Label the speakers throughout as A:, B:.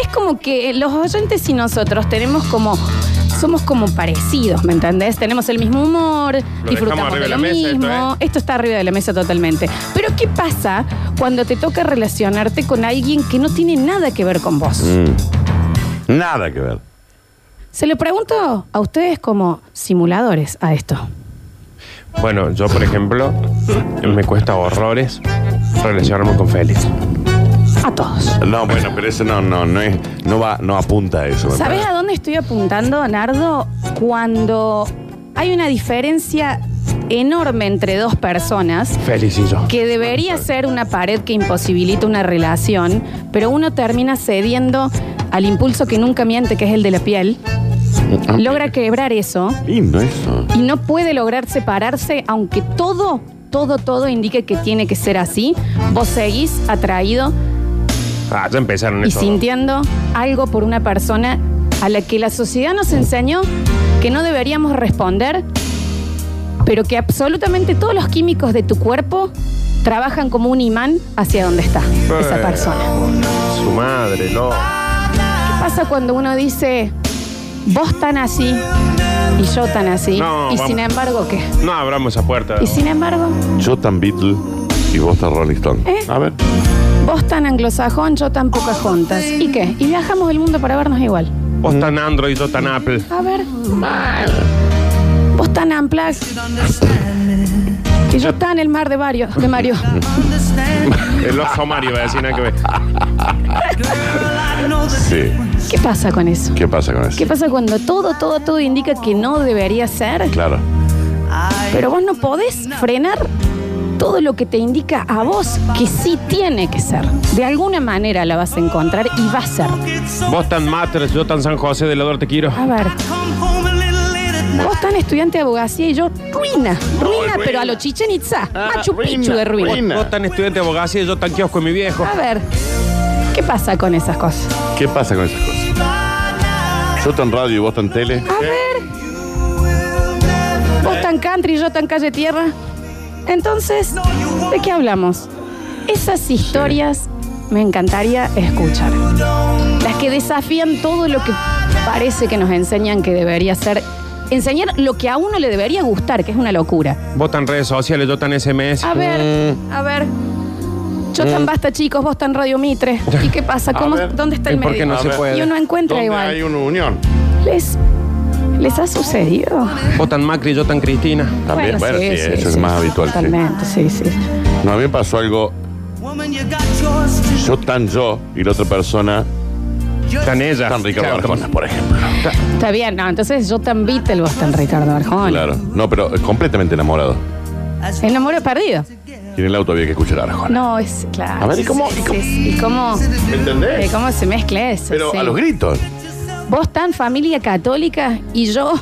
A: es como que los oyentes y nosotros tenemos como. Somos como parecidos, ¿me entendés? Tenemos el mismo humor, disfrutamos
B: arriba
A: de
B: de
A: lo
B: la mesa,
A: mismo.
B: esto ¿eh?
A: Esto, está arriba de la mesa totalmente. Pero, ¿qué pasa cuando te toca relacionarte con alguien que no tiene nada que ver con vos?
B: Mm.
C: Nada que ver.
A: Se lo pregunto a ustedes como simuladores a esto.
B: Bueno, yo por ejemplo, me cuesta horrores relacionarme con Félix.
A: A todos.
C: No, bueno, pero eso no, no, no es, no va, no apunta a eso. me
A: ¿Sabes
C: parece.
A: a dónde estoy apuntando, Nardo? Cuando hay una diferencia enorme entre dos personas
B: Félix y yo.
A: que debería ser una pared que imposibilita una relación, pero uno termina cediendo al impulso que nunca miente, que es el de la piel, logra quebrar eso
C: Lindo eso.
A: y no puede lograr separarse, aunque todo, todo, todo indique que tiene que ser así, vos seguís atraído
B: Ah, ya empezaron
A: y
B: eso.
A: sintiendo algo por una persona a la que la sociedad nos enseñó que no deberíamos responder, pero que absolutamente todos los químicos de tu cuerpo trabajan como un imán hacia donde está esa
B: Eh.
A: persona.
B: Su madre, no.
A: ¿Qué pasa cuando uno dice, vos tan así y yo tan así?
B: No,
A: y
B: vamos.
A: sin embargo, ¿qué?
B: No abramos esa puerta.
A: Y sin embargo,
C: Yo tan Beatle y vos tan Rolling Stone.
A: ¿Eh?
C: A ver.
A: vos tan anglosajón, yo tan pocas juntas. ¿Y qué? Y viajamos el mundo para vernos igual.
B: Vos tan Android, yo tan Apple.
A: A ver. Vos tan amplas. Y yo tan el mar de Mario. De Mario.
B: El ojo Mario, vecina que ve.
C: Sí.
A: ¿Qué pasa con eso?
C: ¿Qué pasa con eso?
A: ¿Qué pasa cuando todo, todo, todo indica que no debería ser?
C: Claro.
A: Pero vos no podés frenar todo lo que te indica a vos que sí tiene que ser. De alguna manera la vas a encontrar y va a ser.
B: Vos tan Matres, yo tan San José del Odor te quiero.
A: A ver. Vos tan estudiante de abogacía y yo ruina. Ruina, pero a lo Chichen Itza. Machu Picchu de ruina.
C: ruina.
B: Vos tan estudiante de abogacía, yo tan kiosco y mi viejo.
A: A ver, ¿qué pasa con esas cosas?
C: ¿Qué pasa con esas cosas? Yo tan radio y vos tan tele.
A: A ver, vos tan country, yo tan calle tierra. Entonces, ¿de qué hablamos? Esas historias me encantaría escuchar. Las que desafían todo lo que parece que nos enseñan que debería ser. Enseñar lo que a uno le debería gustar, que es una locura.
B: Vos tan redes sociales, yo tan SMS.
A: A ver, a ver. Yo tan basta, chicos, vos tan Radio Mitre. ¿Y qué pasa?
C: Mm. A
A: ¿Cómo,
C: ver,
A: ¿Dónde está
B: ¿y
A: el
B: por qué
A: medio?
B: no
C: A
B: se
C: ver.
B: puede?
A: Y uno encuentra
C: ¿Dónde
A: igual.
C: hay una unión?
A: ¿Les, les ha sucedido?
B: Vos tan Macri, yo tan Cristina.
C: También, bueno, sí, eso es más habitual. sí.
A: Totalmente, sí, sí.
C: No, a mí me pasó algo. Yo tan yo y la otra persona
B: Tan ella.
C: tan Ricardo
B: Claro,
C: Arjona, por ejemplo.
A: Está bien, no, entonces yo tan Beatle, vos tan Ricardo Arjona.
C: Claro. No, pero eh, completamente enamorado.
A: El amor perdido.
C: Y en el auto había que escuchar a Arjona.
A: No, es claro.
C: A ver, ¿y cómo-
A: Sí,
C: y cómo-
A: sí, sí, ¿y cómo,
C: ¿Me
A: eh,
C: entendés?
A: cómo se mezcla eso?
C: Pero
A: sí.
C: a los gritos.
A: Vos tan familia católica y yo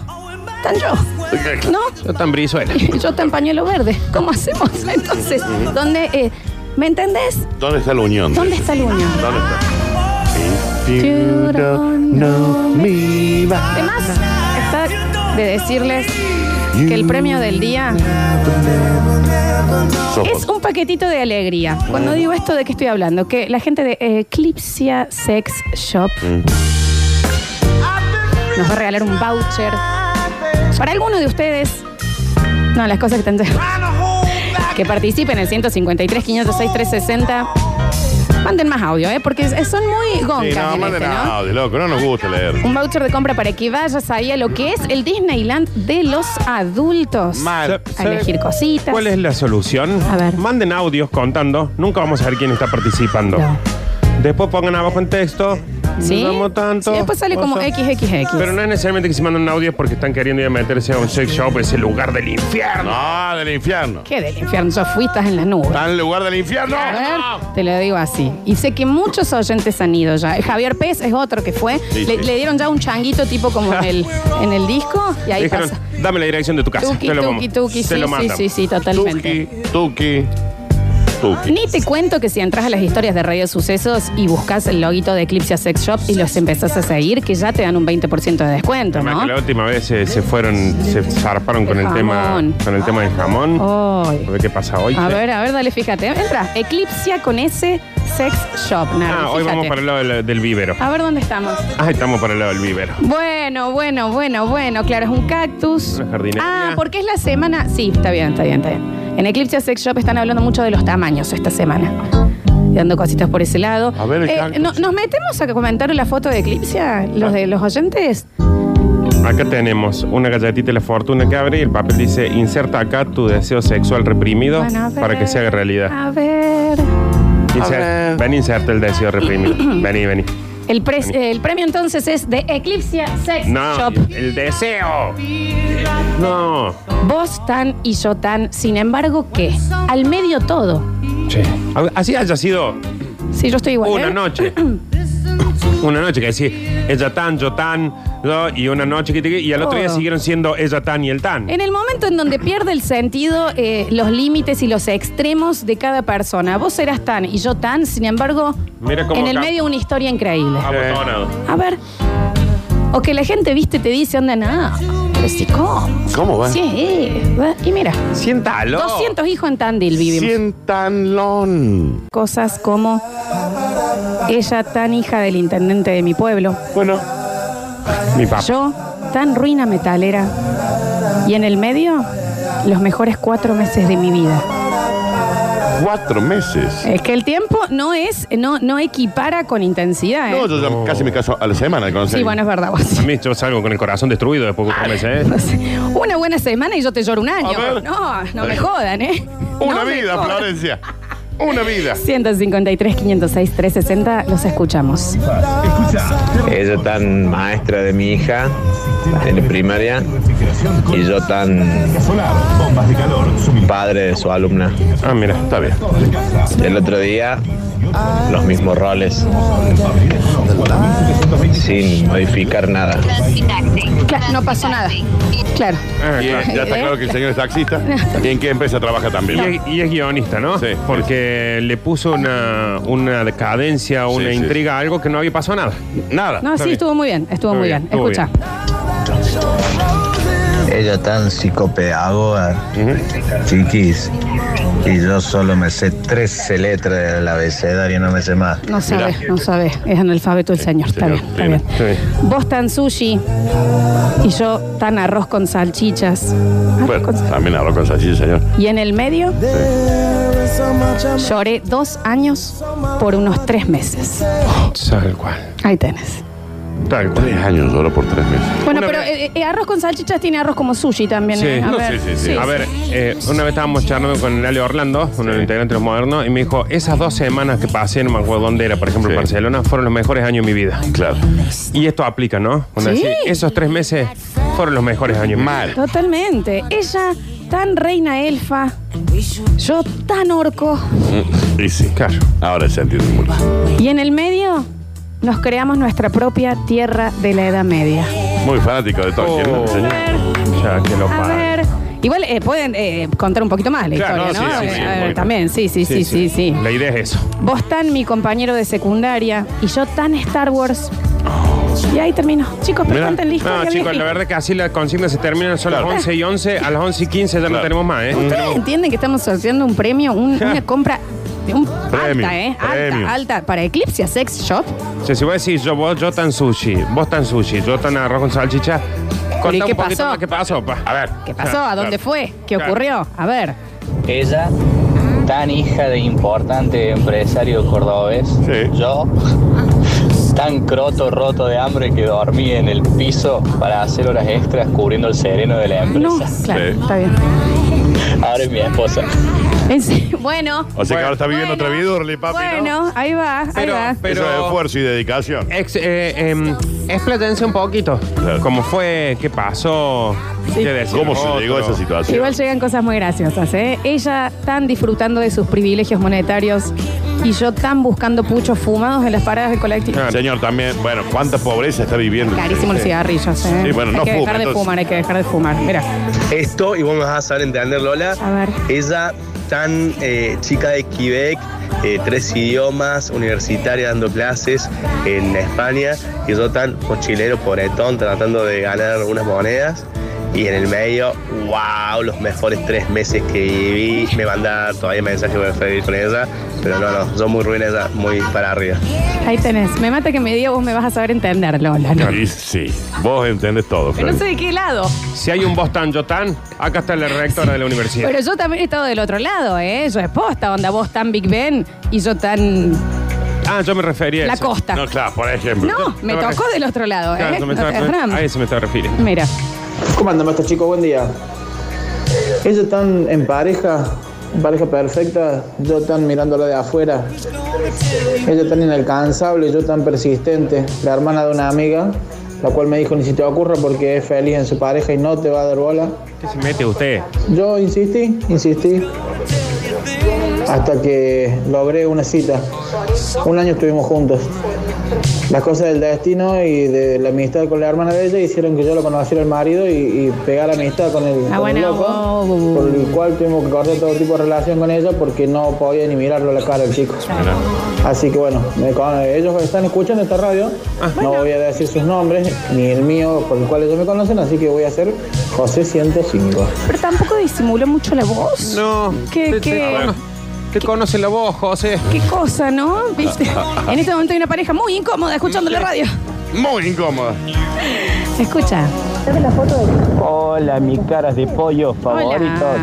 A: tan yo. ¿No?
B: Yo tan Brizuela.
A: Yo tan pañuelo verde. ¿Cómo hacemos entonces? ¿Dónde, eh, ¿Me entendés?
C: ¿Dónde está la unión?
A: ¿Dónde está el unión?
C: ¿Dónde está?
A: you don't know
C: me
A: Además, está de decirles que el premio del día es un paquetito de alegría. Cuando digo esto, ¿de qué estoy hablando? Que la gente de Eclipsia Sex Shop
C: Mm.
A: nos va a regalar un voucher. Para alguno de ustedes, no, las cosas que están que participen en el 153 506 360. Manden más audio, ¿eh? Porque es- son muy
C: Sí,
A: goncas.
C: no,
A: en
C: manden
A: este, ¿no?
C: audio, loco, no nos gusta leer.
A: Un voucher de compra para que vayas ahí a lo que es el Disneyland de los adultos.
C: Mal.
A: A elegir cositas.
B: ¿Cuál es la solución?
A: A ver.
B: Manden audios contando. Nunca vamos a ver quién está participando.
A: No.
B: Después pongan abajo en texto.
A: ¿Sí?
B: No amo tanto.
A: Sí, después sale como
B: Cosa.
A: XXX.
B: Pero no es necesariamente que se manden audios porque están queriendo ir a meterse a un sex shop, ese lugar del infierno.
C: No, del infierno.
A: ¿Qué del infierno? Yo fui, estás en la nube.
C: ¿Está en el lugar del infierno?
A: A ver, te lo digo así. Y sé que muchos oyentes han ido ya. Javier Pérez es otro que fue.
C: Sí,
A: le,
C: sí.
A: le dieron ya un changuito tipo como en el, en el disco y ahí
B: Dijeron,
A: pasa.
B: dame la dirección de tu casa.
A: Tuki,
B: te lo
A: tuki,
B: vamos.
A: tuki.
B: Te
A: Sí,
B: lo
A: sí,
B: mandan.
A: sí, sí, totalmente.
C: Tuki, Tuki. Tuki.
A: Ni te cuento que si entras a las historias de Radio Sucesos y buscas el loguito de Eclipse Sex Shop y los empezás a seguir, que ya te dan un 20% de descuento,
B: Además
A: ¿no?
B: que la última vez se, se fueron, se zarparon con el, tema,
A: Jamón.
B: con el tema del jamón.
A: Ay.
B: A ver qué pasa hoy.
A: A
B: che.
A: ver, a ver, dale, fíjate. Entra, Eclipsia con S Sex Shop, Nardi,
B: Ah, hoy vamos
A: fíjate.
B: para el lado del, del vivero.
A: A ver dónde estamos.
B: Ah, estamos para el lado del vivero.
A: Bueno, bueno, bueno, bueno. Claro, es un cactus.
B: Una jardinería.
A: Ah, porque es la semana. Sí, está bien, está bien, está bien. En Eclipse Sex Shop están hablando mucho de los tamaños esta semana. Dando cositas por ese lado. Eh,
C: A ver, el cactus.
A: no- ¿Nos metemos a comentar la foto de Eclipse? ¿Los
B: Ah.
A: de los oyentes?
B: Acá tenemos una galletita de la fortuna que abre y el papel dice inserta acá tu deseo sexual reprimido
A: Bueno, a ver.
B: para que se haga realidad.
A: A ver.
B: Inser-
C: A ver.
B: Ven, inserta el deseo reprimido. vení, vení.
A: El, pres- el premio entonces es de Eclipse Sex
B: No,
A: Shop.
B: el deseo. No.
A: Vos tan y yo tan, sin embargo, ¿qué? Al medio todo.
B: Che. A- Así haya sido
A: Sí, yo estoy igual.
B: una
A: ¿eh?
B: noche. Una noche que decís ella tan, yo tan, yo, y una noche que te- Y al otro día
A: Todo. Eh.
B: siguieron siendo ella tan y el tan.
A: En el momento en donde pierde el sentido eh, los límites y los extremos de cada persona, vos serás tan y yo tan, sin embargo,
B: Mira cómo
A: en el
B: acá-
A: medio una historia increíble.
B: Ah, Abotonado.
A: A ver. O que la gente, viste, te dice, onda, nada. Pero sí, ¿cómo?
C: ¿Cómo va?
A: Sí, eh, va. Y mira,
B: Siéntalo.
A: 200 hijos en Tandil vivimos.
C: Siéntanlon.
A: Cosas como ella tan hija del intendente de mi pueblo.
C: Bueno,
B: Mi papá.
A: Yo, tan ruina metalera. Y en el medio, los mejores cuatro meses de mi vida.
C: cuatro meses.
A: Es que el tiempo no es, no, no equipara con intensidad, ¿eh?
C: No, yo ya casi me caso a la semana con
A: sí, bueno, es verdad, vos.
B: A mí yo salgo con el corazón destruido después de cuatro meses, ¿eh?
A: Una buena semana y yo te lloro un año.
C: A ver.
A: No, no me jodan, ¿eh?
C: Una
A: No me
C: vida,
A: jodan.
C: Florencia. Una vida.
A: 153, 506, 360, los escuchamos.
D: Ella tan maestra de mi hija en primaria y yo tan padre de su alumna.
B: Ah, mira, está bien.
D: El otro día, los mismos roles, sin modificar nada.
A: Claro, no pasó nada. Claro.
B: Ah,
C: Y, eh,
B: claro.
C: ya está claro que el señor es taxista. ¿Y en qué empresa trabaja
B: Y
C: también?
B: es, y es guionista, ¿no?
C: Sí.
B: Porque le puso una, una decadencia, una
C: Sí, sí.
B: intriga, algo que no había pasado nada.
C: Nada.
A: No, sí,
B: Está bien.
A: estuvo muy bien, estuvo
B: Está
A: muy
B: bien,
A: bien.
B: estuvo
A: Escucha.
E: Ella tan psicopedagoga, chiquis, y yo solo me sé 13 letras del abecedario, no me sé más.
A: No sabe, no sabe. Es analfabeto el señor. Está bien, está bien.
B: Sí.
A: Vos tan sushi y yo tan arroz con salchichas. Arroz
C: Bueno,
A: con sal-
C: también hablo con así, señor.
A: Y en el medio lloré dos años por unos tres meses.
B: Tal cual.
A: Ahí tenés.
B: Tal cual.
C: Tres años solo por tres meses.
A: Bueno,
B: Una
A: pero
B: vez-
A: eh, eh, arroz con salchichas tiene arroz como sushi también.
B: Sí.
A: ¿eh? A
B: No,
A: ver.
C: sí, sí, sí.
B: A ver, eh, una vez estábamos charlando con Ale Orlando, uno de los integrantes de los modernos, y me dijo, esas dos semanas que pasé, no me acuerdo dónde era, por ejemplo, en
C: Sí.
B: Barcelona, fueron los mejores años de mi vida.
C: Claro.
B: Y esto aplica, ¿no? Cuando
A: Sí.
B: decís, esos tres meses fueron los mejores años.
C: Mal.
A: Totalmente. Ella tan reina elfa, yo tan orco.
C: Mm, Y sí.
B: Claro.
C: Ahora se entiende mucho.
A: Y en el medio nos creamos nuestra propia tierra de la Edad Media.
C: Muy fanático de Tolkien, ¿no,
B: Oh.
C: señor?
B: Ya que lo
A: A
B: pare.
A: ver. Igual eh, pueden eh, contar un poquito más la
B: Claro,
A: historia,
B: no,
A: ¿no?
B: sí, sí, sí,
A: Eh,
B: un poquito.
A: también, sí, sí, sí, sí, sí.
B: La idea es eso.
A: Vos tan mi compañero de secundaria y yo tan Star Wars. Y ahí termino. Chicos, pero
C: Mirá.
A: cuenten la historia,
B: No, chicos,
A: vieja.
B: la verdad es que así la consigna se termina son
C: Claro.
B: las 11 y 11. A las 11 y 15 ya no
C: Claro.
B: tenemos más, ¿eh?
A: ¿Ustedes entienden que estamos sorteando un premio, un- una compra de un
C: Premio,
A: alta, eh?
C: premio.
A: Alta, alta. Para Eclipse Sex Shop.
B: O sea, si vos decís, yo, vos, yo tan sushi, vos tan sushi, yo tan arroz con salchicha,
A: ¿y
B: contá
A: qué
B: un poquito
A: pasó?
B: más qué pasó. pa. A ver.
A: ¿Qué pasó? ¿A dónde fue? ¿Qué
B: Claro.
A: ocurrió? A ver.
F: Ella, tan hija de importante empresario cordobés.
C: Sí.
F: Yo, tan croto roto de hambre que dormí en el piso para hacer horas extras cubriendo el sereno de la
A: No,
F: empresa.
A: claro,
C: Sí.
A: está bien.
F: Ahora es mi esposa.
A: En serio, Bueno.
C: O sea que ahora está viviendo
A: bueno,
C: otra vidurli, papi. ¿no?
A: Bueno, ahí va,
B: Pero-
A: ahí va.
B: Pero-
C: Eso es esfuerzo y dedicación.
B: Ex, eh, em, explátense un poquito.
C: Claro.
B: ¿Cómo fue? ¿Qué pasó?
A: Sí.
B: ¿Qué decir
C: ¿Cómo
B: otro?
C: se llegó a esa situación?
A: Igual llegan cosas muy graciosas, ¿eh? Ella tan disfrutando de sus privilegios monetarios y yo tan buscando puchos fumados en las paradas del colectivo.
B: Claro.
C: Señor, también, bueno, ¿cuánta pobreza está viviendo?
A: Carísimo los
C: Sí.
A: cigarrillos, ¿eh?
C: Sí, bueno,
A: hay
C: no
A: que
C: fuma,
A: dejar de
C: entonces.
A: fumar, hay que dejar de fumar. Mira,
G: Esto, y vos me vas a saber entender, Lola.
A: a ver.
G: Ella tan eh, chica de Quebec, eh, tres idiomas, universitaria dando clases en España, y yo tan mochilero ponetón tratando de ganar unas monedas. Y en el medio, wow, los mejores tres meses que viví. Me manda todavía mensajes para salir con ella, pero no, no, yo muy ruin ella, muy para arriba.
A: Ahí tenés. Me mata que me diga, vos me vas a saber entender, Lola. ¿no?
C: Y Sí, vos entendés todo,
A: Pero no
C: Flor.
A: sé de qué lado.
B: Si hay un Bostan Yotan, acá está la rectora de la universidad.
A: Pero yo también he estado del otro lado, ¿eh? Yo es posta, onda, vos tan Big Ben y yo tan
B: Ah, yo me refería a
A: la
B: eso.
A: costa.
C: No,
A: No,
C: claro, por ejemplo.
A: me
B: no,
A: tocó
B: eh,
A: del otro lado, ¿eh?
B: Claro, yo me
A: No
B: estaba
A: te
B: refer-
A: hagas
B: a eso me estaba refiriendo.
A: Mira,
H: ¿Cómo andan estos chicos? Buen día. Ellos están en pareja, en pareja perfecta, yo están mirándola de afuera. Ella tan inalcanzable, yo tan persistente. La hermana de una amiga, la cual me dijo ni si te ocurra porque es feliz en su pareja y no te va a dar bola.
B: ¿Qué se mete usted?
H: Yo insistí, insistí, hasta que logré una cita. Un año estuvimos juntos. Las cosas del destino y de la amistad con la hermana de ella hicieron que yo lo conociera al marido y, y pegara amistad con el,
A: Ah,
H: con el
A: bueno,
H: loco,
A: oh.
H: por el cual tuvimos que cortar todo tipo de relación con ella porque no podía ni mirarlo a la cara el chico. Así que bueno, me con- ellos están escuchando esta radio, no voy a decir sus nombres, ni el mío por el cual ellos me conocen, así que voy a ser José 105.
A: pero tampoco disimuló mucho la voz.
B: No.
A: ¿Qué-
B: te,
A: qué?
B: Te, cono- te conoce la voz, José.
A: Qué cosa, ¿no? ¿Viste? En este momento hay una pareja muy incómoda escuchando la radio.
C: Muy incómoda.
A: Escucha.
I: Hola, mis caras de pollo favoritos.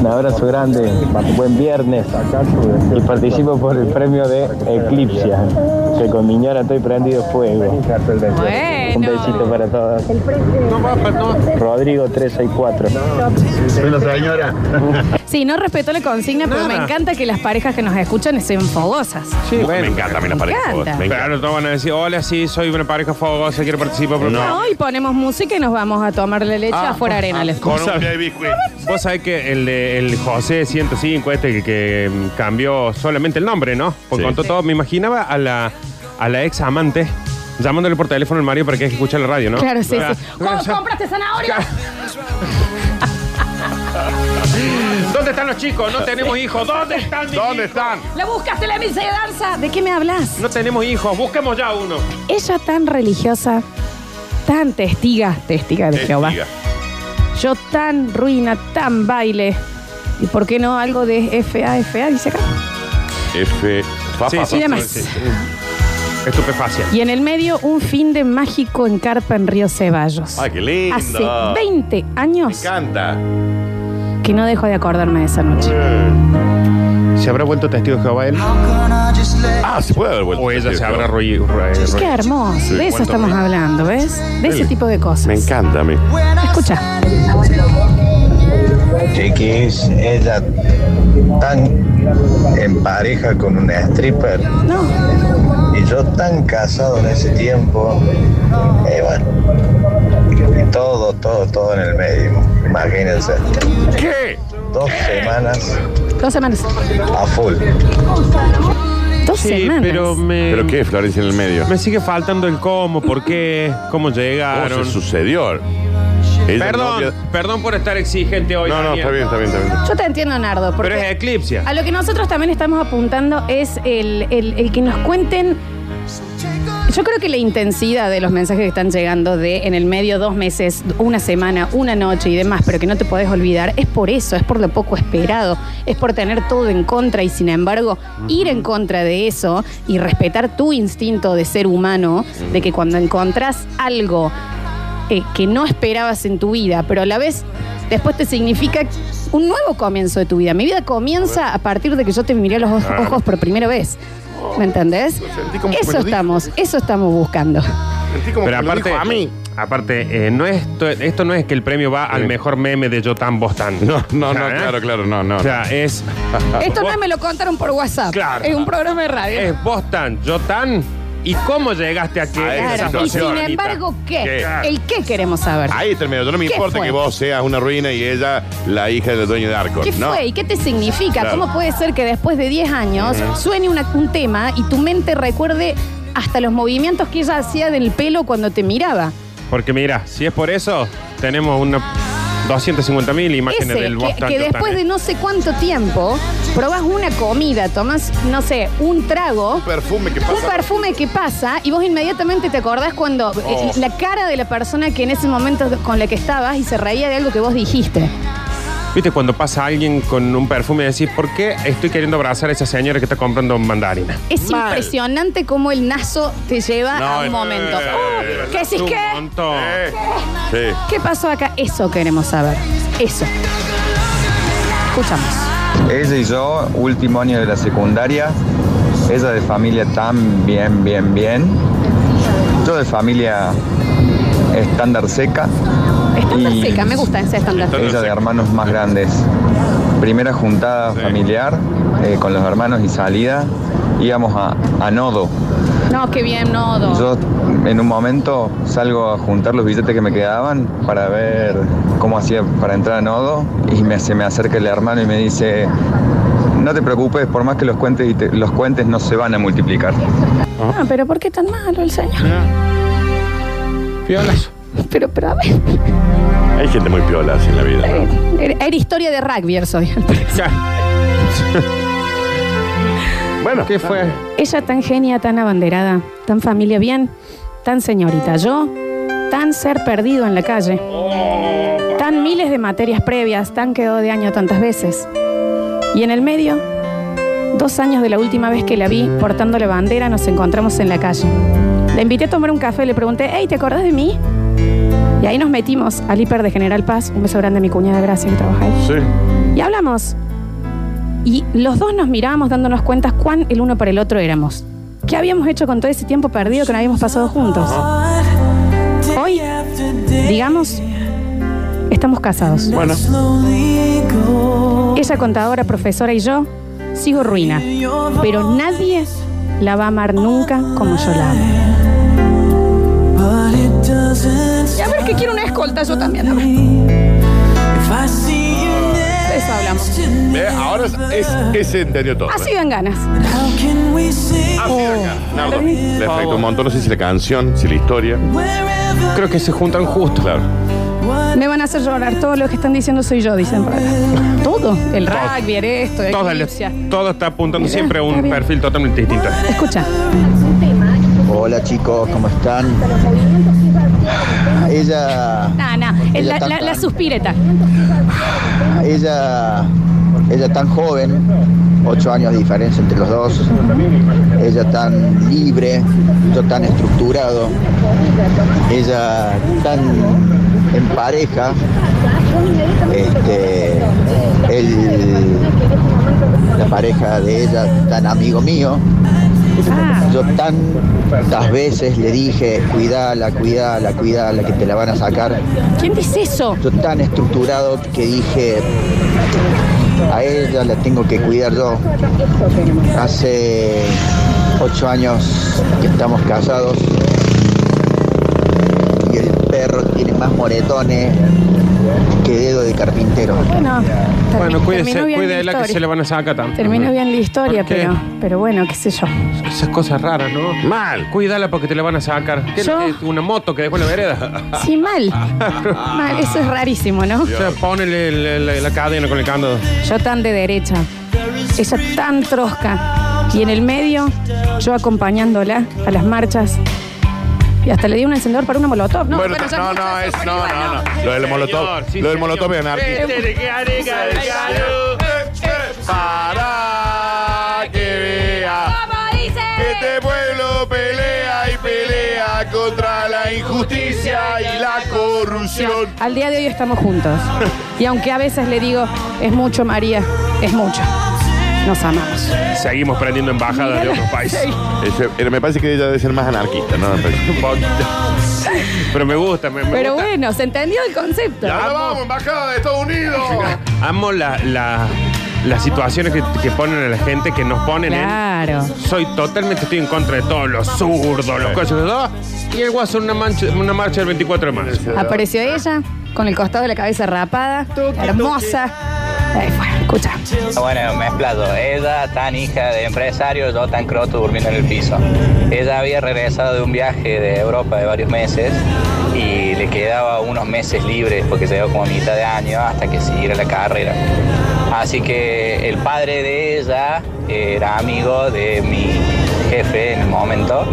I: Un abrazo grande, buen viernes. Y participo por el premio de Eclipsia, que con mi ñora estoy prendido fuego. Un
A: Bueno.
I: besito para todos.
B: No, papá, no.
I: Rodrigo 364.
A: Sí, no respeto la consigna, pero me
B: Nada.
A: encanta que las parejas que nos escuchan estén fogosas.
B: Sí,
C: Me
B: bueno.
C: encanta a mí las parejas.
A: encanta.
C: Me encanta.
B: Claro, no van a decir, hola, sí, soy una pareja fogosa, quiero participar. Pero
C: No.
A: Ah, Hoy ponemos música y nos vamos a tomar la leche
B: Ah,
A: afuera arenales.
B: Con un-
C: de biscuit.
B: Vos sabés que el, de- el José 105, este que, que mm, cambió solamente el nombre, ¿no? Porque
C: Sí.
B: contó todo. Me imaginaba a la, a la ex amante llamándole por teléfono al Mario para que escuche la radio, ¿no?
A: Claro, sí, sí. ¿Cómo
B: Ya-
A: compraste zanahoria?
B: ¿Dónde están los chicos? No tenemos hijos. ¿Dónde están? mis hijos?
C: ¿Dónde están?
A: ¿La buscaste la misa de danza? ¿De qué me hablas?
B: No tenemos hijos. Busquemos ya uno.
A: Ella tan religiosa, tan testiga, testiga de Jehová.
C: Diga.
A: Yo tan ruina, tan baile. ¿Y por qué no algo de FA, FA, dice acá?
C: F. Fa,
B: Sí,
C: fa,
B: sí,
A: Y
C: fa.
A: demás.
B: Estupefaciente.
A: Y en el medio, un fin de mágico en carpa en Río Ceballos.
C: Ay, qué lindo.
A: Hace 20
C: Me
A: años
C: encanta.
A: que no dejo de acordarme de esa noche.
B: ¿Se habrá vuelto testigo de Jehová él?
C: Ah, se puede haber vuelto.
B: ¿O ella
C: Sí,
B: se habrá
C: claro.
B: ruido?
A: Qué hermoso, de eso
C: cuánto
A: estamos
C: ruido.
A: hablando, ¿ves? De ese tipo de cosas.
C: Me encanta a mí.
A: Escucha,
E: Chiquis, ella tan en pareja con un stripper
A: no,
E: y yo tan casado en ese tiempo. Eh, bueno, todo, todo, todo en el medio. Imagínense,
C: ¿Qué?
E: dos semanas
A: dos semanas.
E: a full.
A: Dos
B: Sí,
A: semanas.
B: pero me...
C: ¿Pero qué, Florencia, en el medio?
B: Me sigue faltando el cómo, por qué, cómo
C: ¿Cómo
B: llegaron.
C: Oh, se sucedió? Ella
B: Perdón,
C: novia-
B: perdón por estar exigente hoy.
C: No, no,
B: Daniel.
C: está bien, está bien, está bien.
A: Yo te entiendo, Nardo, porque
B: Pero es eclipse.
A: a lo que nosotros también estamos apuntando es el, el- el que nos cuenten. Yo creo que la intensidad de los mensajes que están llegando de en el medio dos meses, una semana, una noche y demás, pero que no te podés olvidar, es por eso, es por lo poco esperado, es por tener todo en contra y sin embargo ir en contra de eso y respetar tu instinto de ser humano, de que cuando encontrás algo eh, que no esperabas en tu vida, pero a la vez después te significa un nuevo comienzo de tu vida. Mi vida comienza a partir de que yo te miré a los oj-
C: Claro.
A: ojos por primera vez. ¿Me entendés?
C: sentí como que me
A: Eso
C: lo dijo.
A: estamos, eso estamos buscando.
C: Sentí como
B: Pero
C: que me lo
B: aparte,
C: dijo a mí.
B: aparte eh, no es to- esto no es que el premio va al mejor meme de Yotan Bostan.
C: No, no, no,
B: ¿Eh?
C: claro, claro, no, no.
B: O sea, es,
A: Esto no me lo contaron por WhatsApp.
B: Claro.
A: Es un programa de radio.
B: es Bostan, Yotan. ¿Y cómo llegaste a que
C: A
B: esa
C: esa
A: claro. Y sin
C: situación,
B: Anita?
A: embargo, ¿qué?
C: ¿Qué?
A: El qué queremos saber.
C: Ahí está el medio. No me
A: ¿Qué
C: importa
A: fue?
C: que vos seas una ruina y ella la hija del dueño de Arco.
A: ¿Qué
C: no.
A: fue y qué te significa?
C: Claro.
A: ¿Cómo puede ser que después de 10 años suene una- un tema y tu mente recuerde hasta los movimientos que ella hacía del pelo cuando te miraba?
B: Porque mira, si es por eso, tenemos una 250.000 imágenes
A: Ese,
B: del
A: que,
B: Boston.
A: que después de
B: Tottenham.
A: no sé cuánto tiempo probás una comida, tomás, no sé, un trago,
C: Un perfume que
A: un
C: pasa.
A: perfume que pasa y vos inmediatamente te acordás cuando eh,
C: Oh.
A: la cara de la persona que en ese momento con la que estabas y se reía de algo que vos dijiste.
B: Viste, cuando pasa alguien con un perfume y decís, ¿por qué estoy queriendo abrazar a esa señora que está comprando mandarina?
A: Es impresionante cómo el nazo te lleva
C: No,
A: a un
C: eh,
A: momento.
C: eh,
A: Oh, ¿Qué decís
B: Un
A: qué?
B: montón.
C: Eh, Sí.
A: ¿Qué pasó acá? Eso queremos saber. Eso. Escuchamos.
I: Ella y yo, último año de la secundaria. Ella de familia tan bien, bien, bien. Yo de familia estándar seca.
A: Estándar
I: Y-
A: seca, me gusta ese estándar.
B: Estándar
I: Ella de
B: seca.
I: hermanos más grandes. Primera juntada familiar eh, con los hermanos y salida. Íbamos a, a Nodo.
A: No, qué bien, nodo.
I: Yo en un momento salgo a juntar los billetes que me quedaban para ver cómo hacía para entrar a Nodo y me, se me acerca el hermano y me dice, no te preocupes, por más que los cuentes, y te- los cuentes no se van a multiplicar.
A: Ah, pero ¿por qué tan malo el señor?
B: Piolas.
A: Pero, pero a ver, eh,
C: Hay gente muy piola así en la vida. ¿no?
A: era, era historia de rugby soy.
B: Ya.
C: Bueno,
B: ¿Qué fue?
A: Ella tan genia, tan abanderada, tan familia bien, tan señorita yo, tan ser perdido en la calle, tan miles de materias previas, tan quedó de año tantas veces. Y en el medio, dos años de la última vez que la vi portando la bandera, nos encontramos en la calle. La invité a tomar un café, le pregunté, hey, ¿te acordás de mí? Y ahí nos metimos al hiper de General Paz, un beso grande a mi cuñada, gracias que trabaja ahí.
C: Sí.
A: Y hablamos. Y los dos nos mirábamos dándonos cuenta cuán el uno para el otro éramos. ¿Qué habíamos hecho con todo ese tiempo perdido que no habíamos pasado juntos? Hoy, digamos, estamos casados.
C: Bueno,
A: Ella contadora, profesora y yo sigo ruina. Pero nadie la va a amar nunca como yo la amo. Ya ver que quiero una escolta yo también. a ver. De eso hablamos.
C: ve, Eh, ahora es, es, ese entendió todo. ¿eh?
A: Así dan ganas.
C: Así de acá. Nardo, Le afectó un montón, no sé si la canción, si la historia.
B: Creo que se juntan justo.
C: Claro.
A: Me van a hacer llorar. Todo lo que están diciendo soy yo, dicen por acá. Todo. El rugby, el esto, el
B: Todo, el-
A: egipcia.
B: todo está apuntando
A: Mira,
B: siempre a
A: está
B: un
A: bien.
B: perfil totalmente distinto.
A: Escucha.
I: Hola chicos, ¿cómo están? Ella,
A: Nah, nah. El- La, la- la suspireta.
I: ella, ella tan joven, ocho años de diferencia entre los dos, ella tan libre, yo tan estructurado, ella tan en pareja, este, él- la pareja de ella tan amigo mío.
A: Ah,
I: Yo tantas veces le dije, cuidala, cuidala, cuidala, que te la van a sacar.
A: ¿Quién dice eso?
I: Yo tan estructurado que dije, a ella la tengo que cuidar yo. Hace ocho años que estamos casados y el perro tiene más moretones que dedo de carpintero.
A: Bueno, termi-
B: Bueno, cuídese,
A: terminó bien la
B: cuídela que
A: historia.
B: se le van a sacar también.
A: Terminó bien la historia,
B: ¿Por qué?
A: pero, pero bueno, qué sé yo.
B: Esas cosas raras, ¿no?
C: Mal.
B: Cuídala porque te la van a sacar. ¿Qué,
A: Yo-
B: qué, una moto que dejó en la vereda.
A: Sí, mal. Mal, eso es rarísimo, ¿no?
B: O sea, ponele el- la, la cadena con el candado.
A: Yo tan de derecha, ella tan trosca. Y en el medio, yo acompañándola a las marchas. Y hasta le di un encendedor para una molotov. No,
C: bueno,
A: pero ya
C: no, no,
A: ya
C: es,
A: fue,
C: no,
A: igual,
C: no, no. Lo del molotov,
B: Señor, sí,
C: lo del molotov es
B: señor.
C: anarquía.
B: Vete de que arriba del calor.
C: Para que vea
A: ¿Cómo dice?
C: que este pueblo pelea y pelea contra la injusticia y la corrupción.
A: Al día de hoy estamos juntos. Y aunque a veces le digo, es mucho, María, es mucho. Nos amamos.
B: Seguimos prendiendo embajadas de otros países.
C: Eso, eh, me parece que ella debe ser más anarquista, ¿no? Me parece.
B: Un poquito. Pero me gusta, me, me
A: Pero
B: gusta.
A: bueno, se entendió el concepto.
C: Ya vamos, embajada de Estados Unidos.
B: Amo la- la- las situaciones que, que ponen a la gente, que nos ponen
A: Claro.
B: en. Soy totalmente estoy en contra de todos los zurdos, los coches de dos. Y el guaso en una, mancha- una marcha del 24 de marzo.
A: Apareció ella, con el costado de la cabeza rapada, hermosa, Ahí fue, escucha.
F: Ah, Bueno, me explato. Ella, tan hija de empresario, yo tan croto durmiendo en el piso. Ella había regresado de un viaje de Europa de varios meses y le quedaba unos meses libres porque llegó como a mitad de año hasta que siguiera la carrera. Así que el padre de ella era amigo de mi jefe en el momento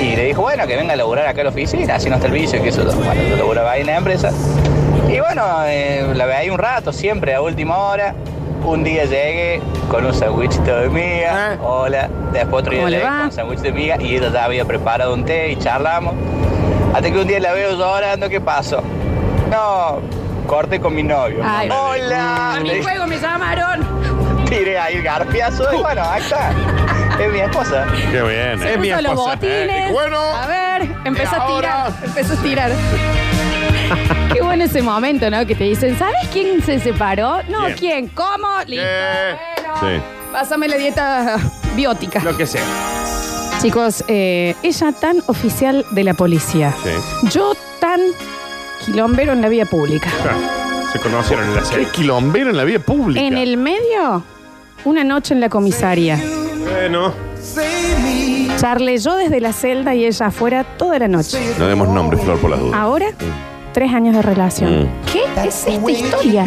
F: y le dijo, bueno, que venga a laburar acá a la oficina, así no está el vicio, que eso, bueno, yo laburaba ahí en la empresa. Y bueno, eh, la veía un rato, siempre a última hora. Un día llegué con un sándwichito de miga, hola. Después otro día
A: Ah. ¿Cómo le
F: llegué
A: va?
F: con un sándwich de miga y ella ya había preparado un té y charlamos. Hasta que un día la veo llorando, ¿qué pasó? No, corte con mi novio.
A: Ay.
F: hola.
A: A
F: Le
A: mi Uh.
F: dije,
A: juego me llamaron.
F: Tiré ahí el garfiazo y bueno, ahí está. Es mi esposa.
C: Qué bien.
A: Se
C: eh.
B: Es mi
A: puso los
B: esposa, eh,
A: botines.
C: eh. Bueno.
A: A ver, empezó a
C: Ahora.
A: tirar. Empezó a tirar. Qué bueno ese momento, ¿no? Que te dicen, ¿sabes quién se separó? No,
B: Bien.
A: ¿quién? ¿Cómo? Listo.
C: Eh,
A: Bueno, Pásame la dieta biótica.
B: Lo que sea.
A: Chicos, eh, ella tan oficial de la policía.
B: Sí.
A: Yo tan quilombero en la vía pública.
B: Ah, Se conocieron en la
C: Qué
B: serie.
C: quilombero en la vía pública.
A: En el medio, una noche en la comisaría.
B: Bueno.
A: Charlé yo desde la celda y ella afuera toda la noche.
C: No demos nombre, Flor, por las dudas.
A: Ahora, tres años de relación.
C: Mm.
A: ¿Qué es esta historia?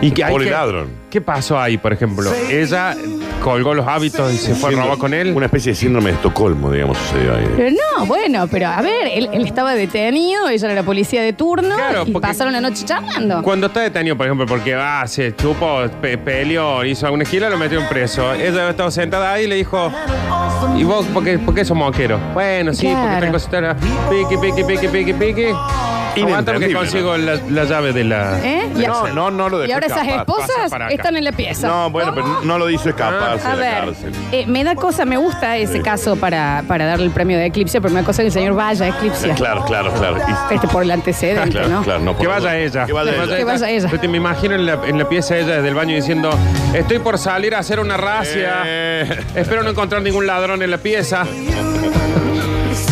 B: ¿Y qué, hay
C: Pobre
B: que-
C: ladrón.
B: ¿Qué pasó ahí, por ejemplo? Ella colgó los hábitos y se fue a robar con él.
C: Una especie de síndrome de Estocolmo, digamos, sucedió ahí.
A: Pero no, bueno, pero a ver, él, él estaba detenido, ella era la policía de turno
B: Claro,
A: y
B: porque-
A: pasaron la noche charlando.
B: Cuando está detenido, por ejemplo, porque va, se chupó, pe- peleó, hizo alguna gira, lo metió en preso. Ella había estado sentada ahí y le dijo, ¿y vos por qué, por qué sos moquero? Bueno, sí,
A: Claro.
B: porque tal cosa está... Pique, pique, pique, pique, pique. Aguanta porque
C: Inentendible,
B: consigo la, la llave de la...
A: ¿Eh? Y-
C: No, no, no lo
A: y
C: dejó
A: ahora esas
C: escapar,
B: pasa
A: esposas
B: para acá.
A: están en la pieza.
C: No, bueno, pero no lo hizo escaparse
A: A
C: de la
A: ver,
C: cárcel.
A: eh, me da cosa, me gusta ese
C: Sí.
A: caso para, para darle el premio de Eclipse, pero me da cosa que el señor vaya a Eclipse.
C: Claro, claro, claro. Y-
A: Este por el antecedente,
C: claro,
A: ¿no?
C: claro, no, por
B: Que
C: favor.
B: vaya ella.
C: Que vaya ella.
A: Que vaya ella.
B: Yo te me imagino en la, en la pieza ella desde el baño diciendo, estoy por salir a hacer una racia.
C: Eh,
B: Espero no encontrar ningún ladrón en la pieza.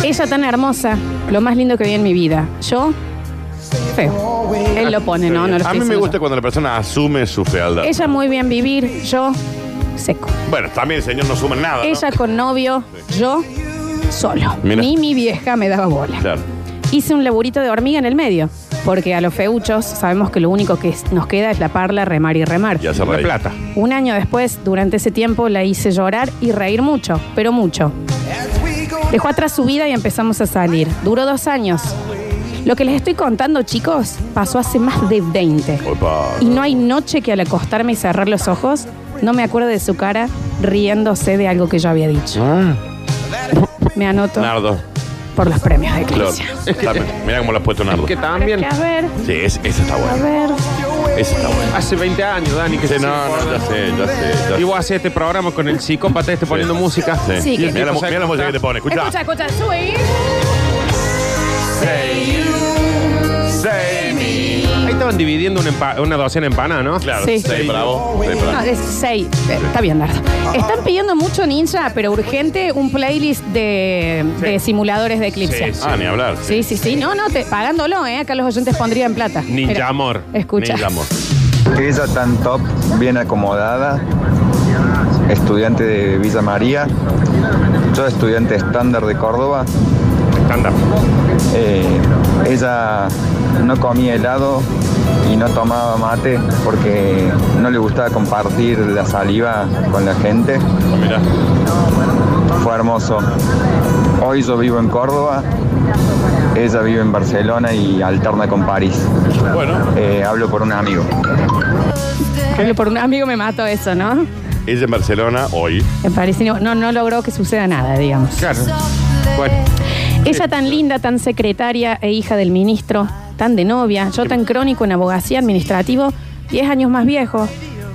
A: Ella tan hermosa, lo más lindo que vi en mi vida. Yo, feo. Él lo pone, ¿no? No lo
C: a
A: estoy
C: mí me
A: diciendo
C: gusta cuando la persona asume su
A: yo.
C: fealdad.
A: Ella muy bien vivir, yo, seco.
C: Bueno, también el señor no suma nada. Ah, ¿no?
A: Ella con novio, yo, solo.
C: Mira.
A: Ni mi vieja me daba bola.
C: Claro.
A: Hice un laburito de hormiga en el medio, porque a los feuchos sabemos que lo único que es- nos queda es la parla, remar y remar.
C: Y hace
B: La
C: reír.
B: plata.
A: Un año después, durante ese tiempo, la hice llorar y reír mucho, pero mucho. Dejó atrás su vida y empezamos a salir. Duró dos años. Lo que les estoy contando, chicos, pasó hace más de 20.
C: Opa.
A: Y no hay noche que al acostarme y cerrar los ojos, no me acuerdo de su cara riéndose de algo que yo había dicho.
C: Ah,
A: Me anoto
C: Nardo.
A: por los premios de
C: Flor.
A: Eclipse.
C: Dame, Mira cómo lo has puesto, Nardo.
B: Que
A: Pero
B: también
A: que a ver,
C: Sí, es- esa está
A: a
C: buena.
A: ver.
C: Esa está buena.
B: hace 20 años, Dani, que
C: Sí,
B: se
C: no, no, ya sé, ya sé. ya
B: Y
C: sé.
B: vos haces este programa con el psicópata este poniendo
C: Sí.
B: música.
C: Sí.
A: Sí, que-
C: Mira la, mu- mira la música que te pone. Escucha.
A: Escucha, escucha, sube.
B: Ahí estaban dividiendo una, empa- una docena de empanadas, ¿no?
C: Claro.
A: Sí.
C: Seis para vos. seis para
A: No,
C: mí.
A: es seis. Eh, Está bien, Nardo. Están pidiendo mucho ninja, pero urgente un playlist de, de simuladores de eclipse.
B: Sí,
C: Ah, ni hablar.
A: Sí, sí, sí. No, no, te, pagándolo, ¿eh? Acá los oyentes pondrían plata.
B: Ninja
A: Mira,
B: amor.
A: Escucha.
C: Ninja amor.
I: Ella tan top, bien acomodada, estudiante de Villa María, yo estudiante estándar de Córdoba,
B: Estándar.
I: Eh, ella no comía helado y no tomaba mate porque no le gustaba compartir la saliva con la gente.
C: Mira.
I: Fue hermoso. Hoy yo vivo en Córdoba, ella vive en Barcelona y alterna con París.
C: Bueno,
I: Eh, hablo por un amigo.
A: Hablo Por un amigo me mato eso, ¿no?
C: ella en Barcelona hoy.
A: Me parece, no, no, no logró que suceda nada, digamos.
B: Claro. Bueno,
A: Ella tan
C: Este.
A: linda, tan secretaria e hija del ministro, tan de novia, yo tan crónico en abogacía administrativo, 10 años más viejo,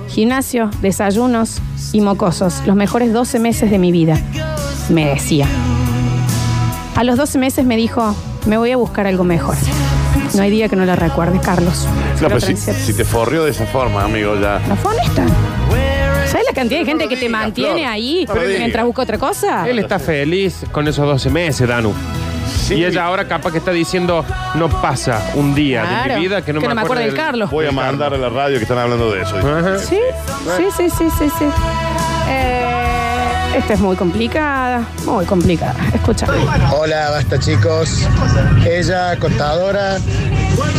A: gimnasio, desayunos y mocosos, los mejores 12 meses de mi vida, me decía. A los 12 meses me dijo, me voy a buscar algo mejor. No hay día que no la recuerde, Carlos.
C: No, pero si,
A: Florencia.
C: si te forrió de esa forma, amigo, ya.
A: No fue honesta. ¿Sabes la cantidad de gente que te mantiene ahí
C: No lo digas.
A: mientras busca otra cosa?
B: él está feliz con esos 12 meses, Danu. Y ella ahora capaz que está diciendo, no pasa un día de
A: Claro,
B: mi vida que no, me, acuerdo
A: del Carlos.
C: Voy a mandar a la radio que están hablando de eso.
B: Ajá.
A: Sí, sí, sí, sí, sí, sí. Eh, esta es muy complicada, muy complicada. Escucha.
J: Hola, basta chicos. Ella contadora,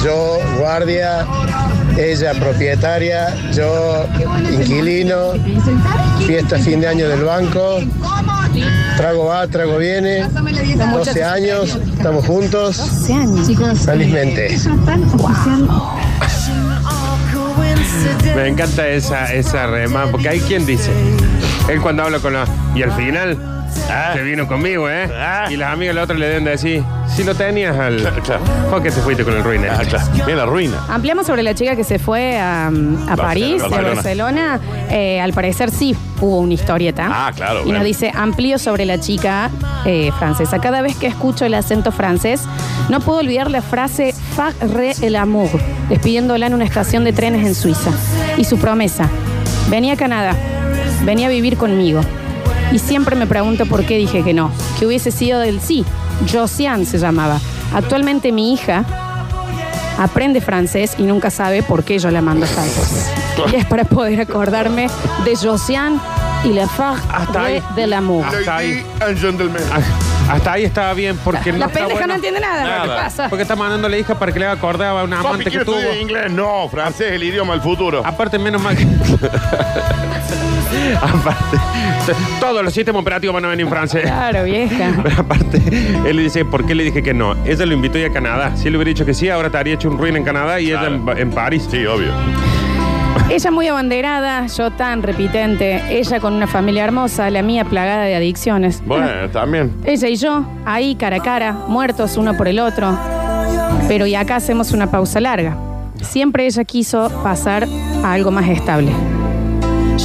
J: yo guardia, ella propietaria, yo inquilino, fiesta fin de año del banco, trago va, trago viene, 12 años, estamos juntos,
A: 12 años.
J: felizmente.
B: Me encanta esa, esa rema, porque hay quien dice. Él cuando habla con la. Y al final, se vino conmigo, ¿eh?
C: Ah.
B: Y las amigas de la otra le deben de decir, si lo tenías al.
C: Claro, claro.
B: ¿Por qué te fuiste con el ruin
C: Ah, claro. Mira la ruina.
A: Ampliamos sobre la chica que se fue a, a París,
C: Barcelona.
A: a Barcelona. Eh, al parecer sí hubo una historieta.
C: Ah, claro,
A: Y
C: bueno.
A: nos dice, amplío sobre la chica eh, francesa. Cada vez que escucho el acento francés, no puedo olvidar la frase Far re el amour, despidiéndola en una estación de trenes en Suiza. Y su promesa, venía a Canadá, venía a vivir conmigo. Y siempre me pregunto por qué dije que no, que hubiese sido del sí. Josiane se llamaba. Actualmente mi hija aprende francés y nunca sabe por qué yo la mando a francés. Y es para poder acordarme de Josiane y la
B: Hasta
A: Farre
B: ahí.
A: de l'amour.
B: Hasta
C: Lady
B: ahí.
C: and gentlemen.
B: Ah, Hasta ahí estaba bien, porque Ah, no
A: La
B: está
A: pendeja
B: bueno.
A: no entiende nada,
B: Nada.
A: ¿qué pasa?
B: Porque está mandando a la hija para que le haga acordar a una
C: Papi,
B: amante que
C: quiero
B: tuvo. Ah.
C: estudiar inglés. No, francés, el idioma del futuro.
B: Aparte, menos mal que. Aparte, todos los sistemas operativos van a venir en francés.
A: Claro, vieja.
B: Pero aparte, él le dice, ¿por qué le dije que no? Ella lo invitó ya a Canadá. Si él le hubiera dicho que sí, ahora estaría hecho un ruin en Canadá y ella en, en París.
C: Sí, obvio.
A: Ella muy abanderada, yo tan repitente, ella con una familia hermosa, la mía plagada de adicciones.
C: Bueno, también.
A: Ella y yo, ahí cara a cara, muertos uno por el otro. Pero y acá hacemos una pausa larga. Siempre ella quiso pasar a algo más estable.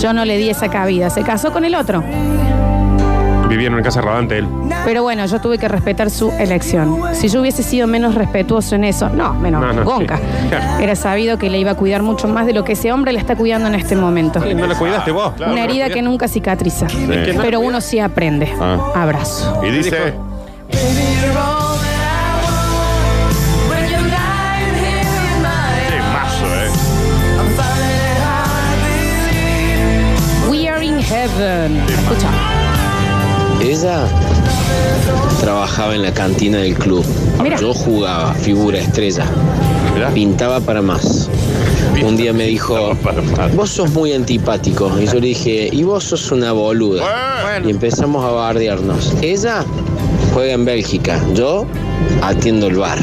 A: Yo no le di esa cabida, se casó con el otro.
B: Vivía en una casa rodante él.
A: Pero bueno, yo tuve que respetar su elección. Si yo hubiese sido menos respetuoso en eso, no, menos
B: No, no,
A: gonca.
B: sí, claro.
A: Era sabido que le iba a cuidar mucho más de lo que ese hombre la está cuidando en este momento.
B: Y no la cuidaste vos.
C: Claro,
A: Una
C: no
A: herida que nunca cicatriza. Pero uno sí aprende.
C: Ah.
A: Abrazo.
C: Y dice. Qué mazo, eh.
A: We are in heaven. Escucha.
I: Ella trabajaba en la cantina del club.
A: Mira.
I: Yo jugaba figura estrella.
C: Mirá.
I: Pintaba para más. Un día me dijo,
C: Para matar.
I: vos sos muy antipático. Y yo le dije, y vos sos una boluda.
C: Bueno,
I: Y empezamos a bardearnos. Ella juega en Bélgica. Yo atiendo el bar.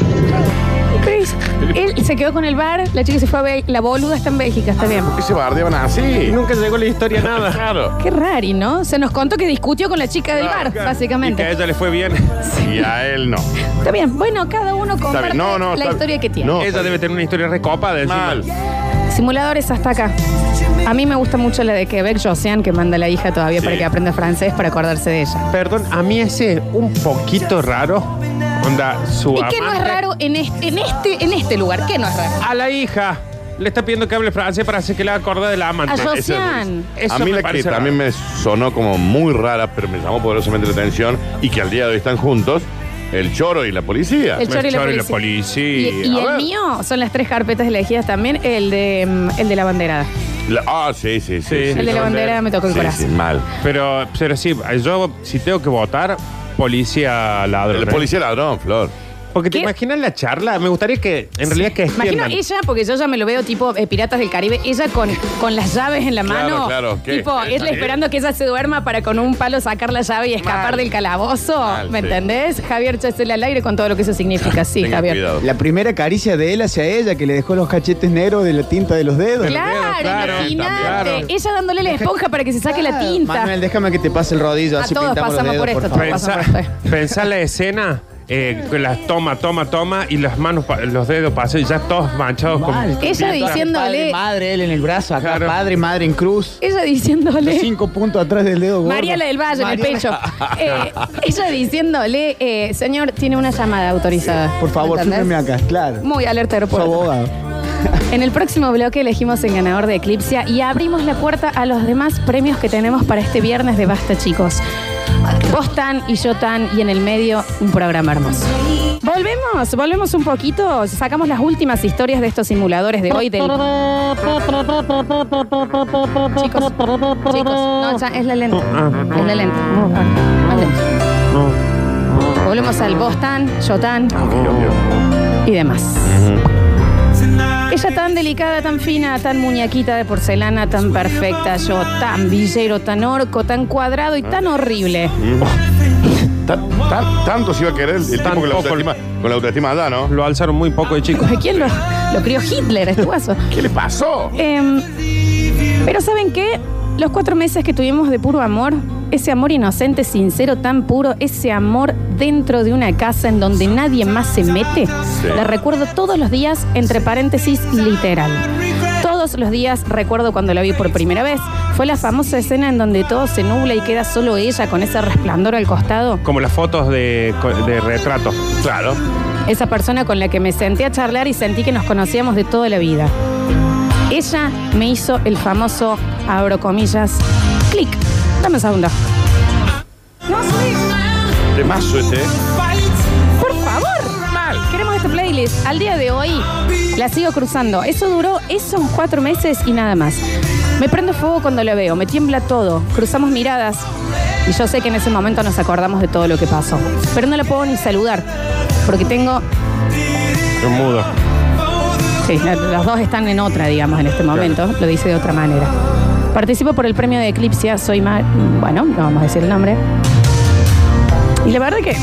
A: Chris, él se quedó con el bar, la chica se fue a Bélgica, la boluda está en Bélgica, está bien.
C: ¿por qué se bardeaban
B: Y
C: así?
B: nunca llegó la historia a nada.
C: Claro.
A: Qué rari, ¿no? Se nos contó que discutió con la chica del bar,
B: Y que a
A: básicamente.
B: ella le fue bien.
C: Y a él no.
A: Está bien, bueno, cada uno comparte
C: bien, no, no,
A: la
C: está
A: historia
C: bien.
A: que tiene.
C: No.
B: ella debe tener una historia recopada de
C: Mal.
A: Simuladores hasta acá. A mí me gusta mucho la de Quebec Josiane, que manda a la hija todavía para que aprenda francés para acordarse de ella.
B: Perdón, a mí ese es un poquito raro. Onda,
C: Uh,
B: su
A: ¿Y qué no es
B: amante-
A: raro en este, en este, en este lugar? ¿Qué no es raro?
B: A la hija le está pidiendo que hable francés para hacer que la acorde de la amante.
A: A
B: Eso-
A: Josiane.
B: eso
C: a mí
B: me
C: la que
B: parece raro.
C: también me sonó como muy rara, pero me llamó poderosamente la atención y que al día de hoy están juntos, el choro y la policía.
A: El choro y la
B: Choro y la
A: policía. Y,
B: policía.
A: y
C: a
A: el
C: ver.
A: mío son las tres carpetas elegidas también, el de, mm, el de la banderada.
C: La- ah, sí, sí, sí.
B: Sí.
C: sí,
B: El
A: de la bandera me tocó el
C: Sí,
A: corazón.
C: sí, mal.
B: Pero, pero sí, yo si tengo que votar, policía ladrón.
C: El
B: ¿eh?
C: policía ladrón, Flor.
B: Porque te
A: ¿Qué?
B: imaginas la charla. Me gustaría que, en realidad, que
A: Imagino
B: extiendan.
A: ella, porque yo ya me lo veo tipo eh, Piratas del Caribe, ella con, con las llaves en la
C: Claro,
A: mano.
C: claro, ¿qué?
A: Tipo,
C: ¿Qué?
A: ella esperando que ella se duerma para con un palo sacar la llave y escapar
C: Mal.
A: del calabozo.
C: Mal,
A: ¿Me
C: sí.
A: entendés? Javier Chacel al aire con todo lo que eso significa. Sí,
C: Tengan
A: Javier.
C: cuidado.
K: La primera caricia de él hacia ella, que le dejó los cachetes negros de la tinta de los dedos.
A: Claro,
B: Claro,
A: imagínate.
B: claro.
A: Ella dándole la esponja para que se saque la tinta.
K: Manuel, déjame que te pase el rodillo.
A: A
K: así
A: todos
K: pintamos los
A: pasamos por
K: dedos,
A: esto,
K: favor.
A: todos
B: Pensá,
A: Pasa por esto.
B: pensá la escena. Eh, que las toma, toma, toma y las manos, pa- los dedos pasan y ya todos manchados con...
A: ella
K: Padre,
A: diciéndole,
K: madre, él en el brazo, acá,
B: Claro.
K: padre, madre en cruz.
A: ella diciéndole.
K: Cinco puntos atrás del dedo. gordo.
A: Mariela del Valle en el
K: Mariela-
A: pecho. Eh, ella diciéndole, eh, señor, tiene una llamada autorizada.
K: Por favor,
A: ¿Entendés?
K: fírmeme acá, claro.
A: Muy alerta
K: Su
A: aeropuerto.
K: abogado.
A: En el próximo bloque elegimos el ganador de Eclipsia y abrimos la puerta a los demás premios que tenemos para este viernes de Basta, chicos. Vos tan y yo tan y en el medio un programa hermoso. Volvemos, volvemos un poquito, sacamos las últimas historias de estos simuladores de hoy del... Chicos, chicos, no, ya es la lenta, es la lenta. Más lenta. Volvemos al vos tan, yo tan y demás. Ella tan delicada, tan fina, tan muñequita de porcelana, tan perfecta, yo tan villero, tan orco, tan cuadrado y tan horrible.
C: Tan- tan- tanto se iba a querer el tipo con la autoestima, con la autoestima da, ¿no?
B: Lo alzaron muy poco de chico.
A: ¿Quién lo, lo crió Hitler, este guaso?
C: ¿Qué le pasó?
A: Em, pero ¿saben qué? Los cuatro meses que tuvimos de puro amor, ese amor inocente, sincero, tan puro, ese amor dentro de una casa en donde nadie más se mete, la recuerdo todos los días, entre paréntesis, literal. Todos los días recuerdo cuando la vi por primera vez. Fue la famosa escena en donde todo se nubla y queda solo ella con ese resplandor al costado.
B: Como las fotos de, de retrato. Claro.
A: Esa persona con la que me senté a charlar y sentí que nos conocíamos de toda la vida. Ella me hizo el famoso, abro comillas, clic. Dame un segundo.
C: Temazo este. ¿eh?
A: Por favor. Queremos este playlist. Al día de hoy la sigo cruzando. Eso duró esos cuatro meses y nada más. Me prendo fuego cuando la veo, me tiembla todo, cruzamos miradas y yo sé que en ese momento nos acordamos de todo lo que pasó. Pero no la puedo ni saludar porque tengo
B: Un mudo.
A: Sí, la- los dos están en otra, digamos, en este momento. Lo dice de otra manera. Participo por el premio de Eclipsia, soy más. Bueno, no vamos a decir el nombre. Y la verdad que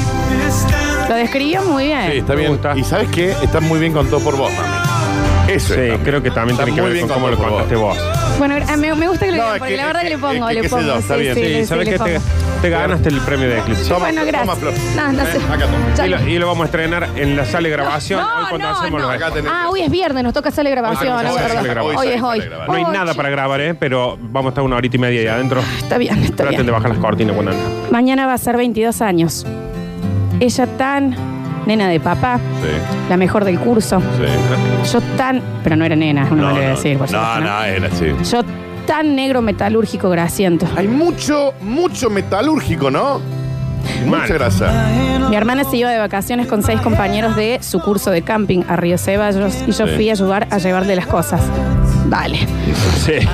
A: lo describió muy bien.
C: Sí, está bien. Y sabes qué? Está muy bien contado por vos, mami. Eso
B: Sí,
C: es también.
B: creo que también
C: Está
B: tiene que
C: muy
B: ver
C: bien
B: con cómo lo
C: contado por
B: contaste vos.
A: Bueno, ah, me, me gusta que lo
C: No,
A: digan,
C: es
A: porque
C: que-
A: la verdad que,
C: es
A: le pongo,
C: que-
A: le
C: qué sé
A: pongo.
C: yo, está
A: sí,
C: bien.
A: sí,
C: Sí,
A: sí,
B: ¿Sabes
A: le
B: que te,
A: pongo.
B: te ganaste el premio de Eclipse?
C: Toma,
A: Bueno,
C: toma,
A: gracias.
C: Flor.
A: No, no
C: Eh,
A: sé.
C: acá toma.
A: Ya-
B: Y lo, y lo vamos a estrenar en la sala de grabación
A: No,
B: hoy cuando
A: no,
B: hacemos
A: no.
B: los
C: Acá tenés.
A: Ah, hoy es viernes, nos toca hacer la grabación.
B: tenemos
A: es
B: que hacer
A: verdad.
B: la grabación.
A: Hoy es hoy.
B: No hay nada para grabar, ¿eh? pero vamos a estar una horita y media ahí adentro.
A: Está bien, está
B: Traten
A: bien.
B: de bajar las cortinas, buena. onda.
A: Mañana va a ser 22 años. Ella tan nena de papá,
C: Sí,
A: la mejor del curso.
C: sí.
A: Yo tan. Pero no era nena, no,
C: No,
A: me lo voy a
C: no,
A: decir. por
C: no,
A: supuesto,
C: no, era sí.
A: ¿no? Yo tan negro metalúrgico grasiento.
C: Hay mucho, mucho metalúrgico, ¿no? Mucha grasa.
A: Mi hermana se iba de vacaciones con seis compañeros de su curso de camping a Río Ceballos y yo
C: Sí.
A: fui a ayudar a llevarle las cosas. Dale.
B: Sí.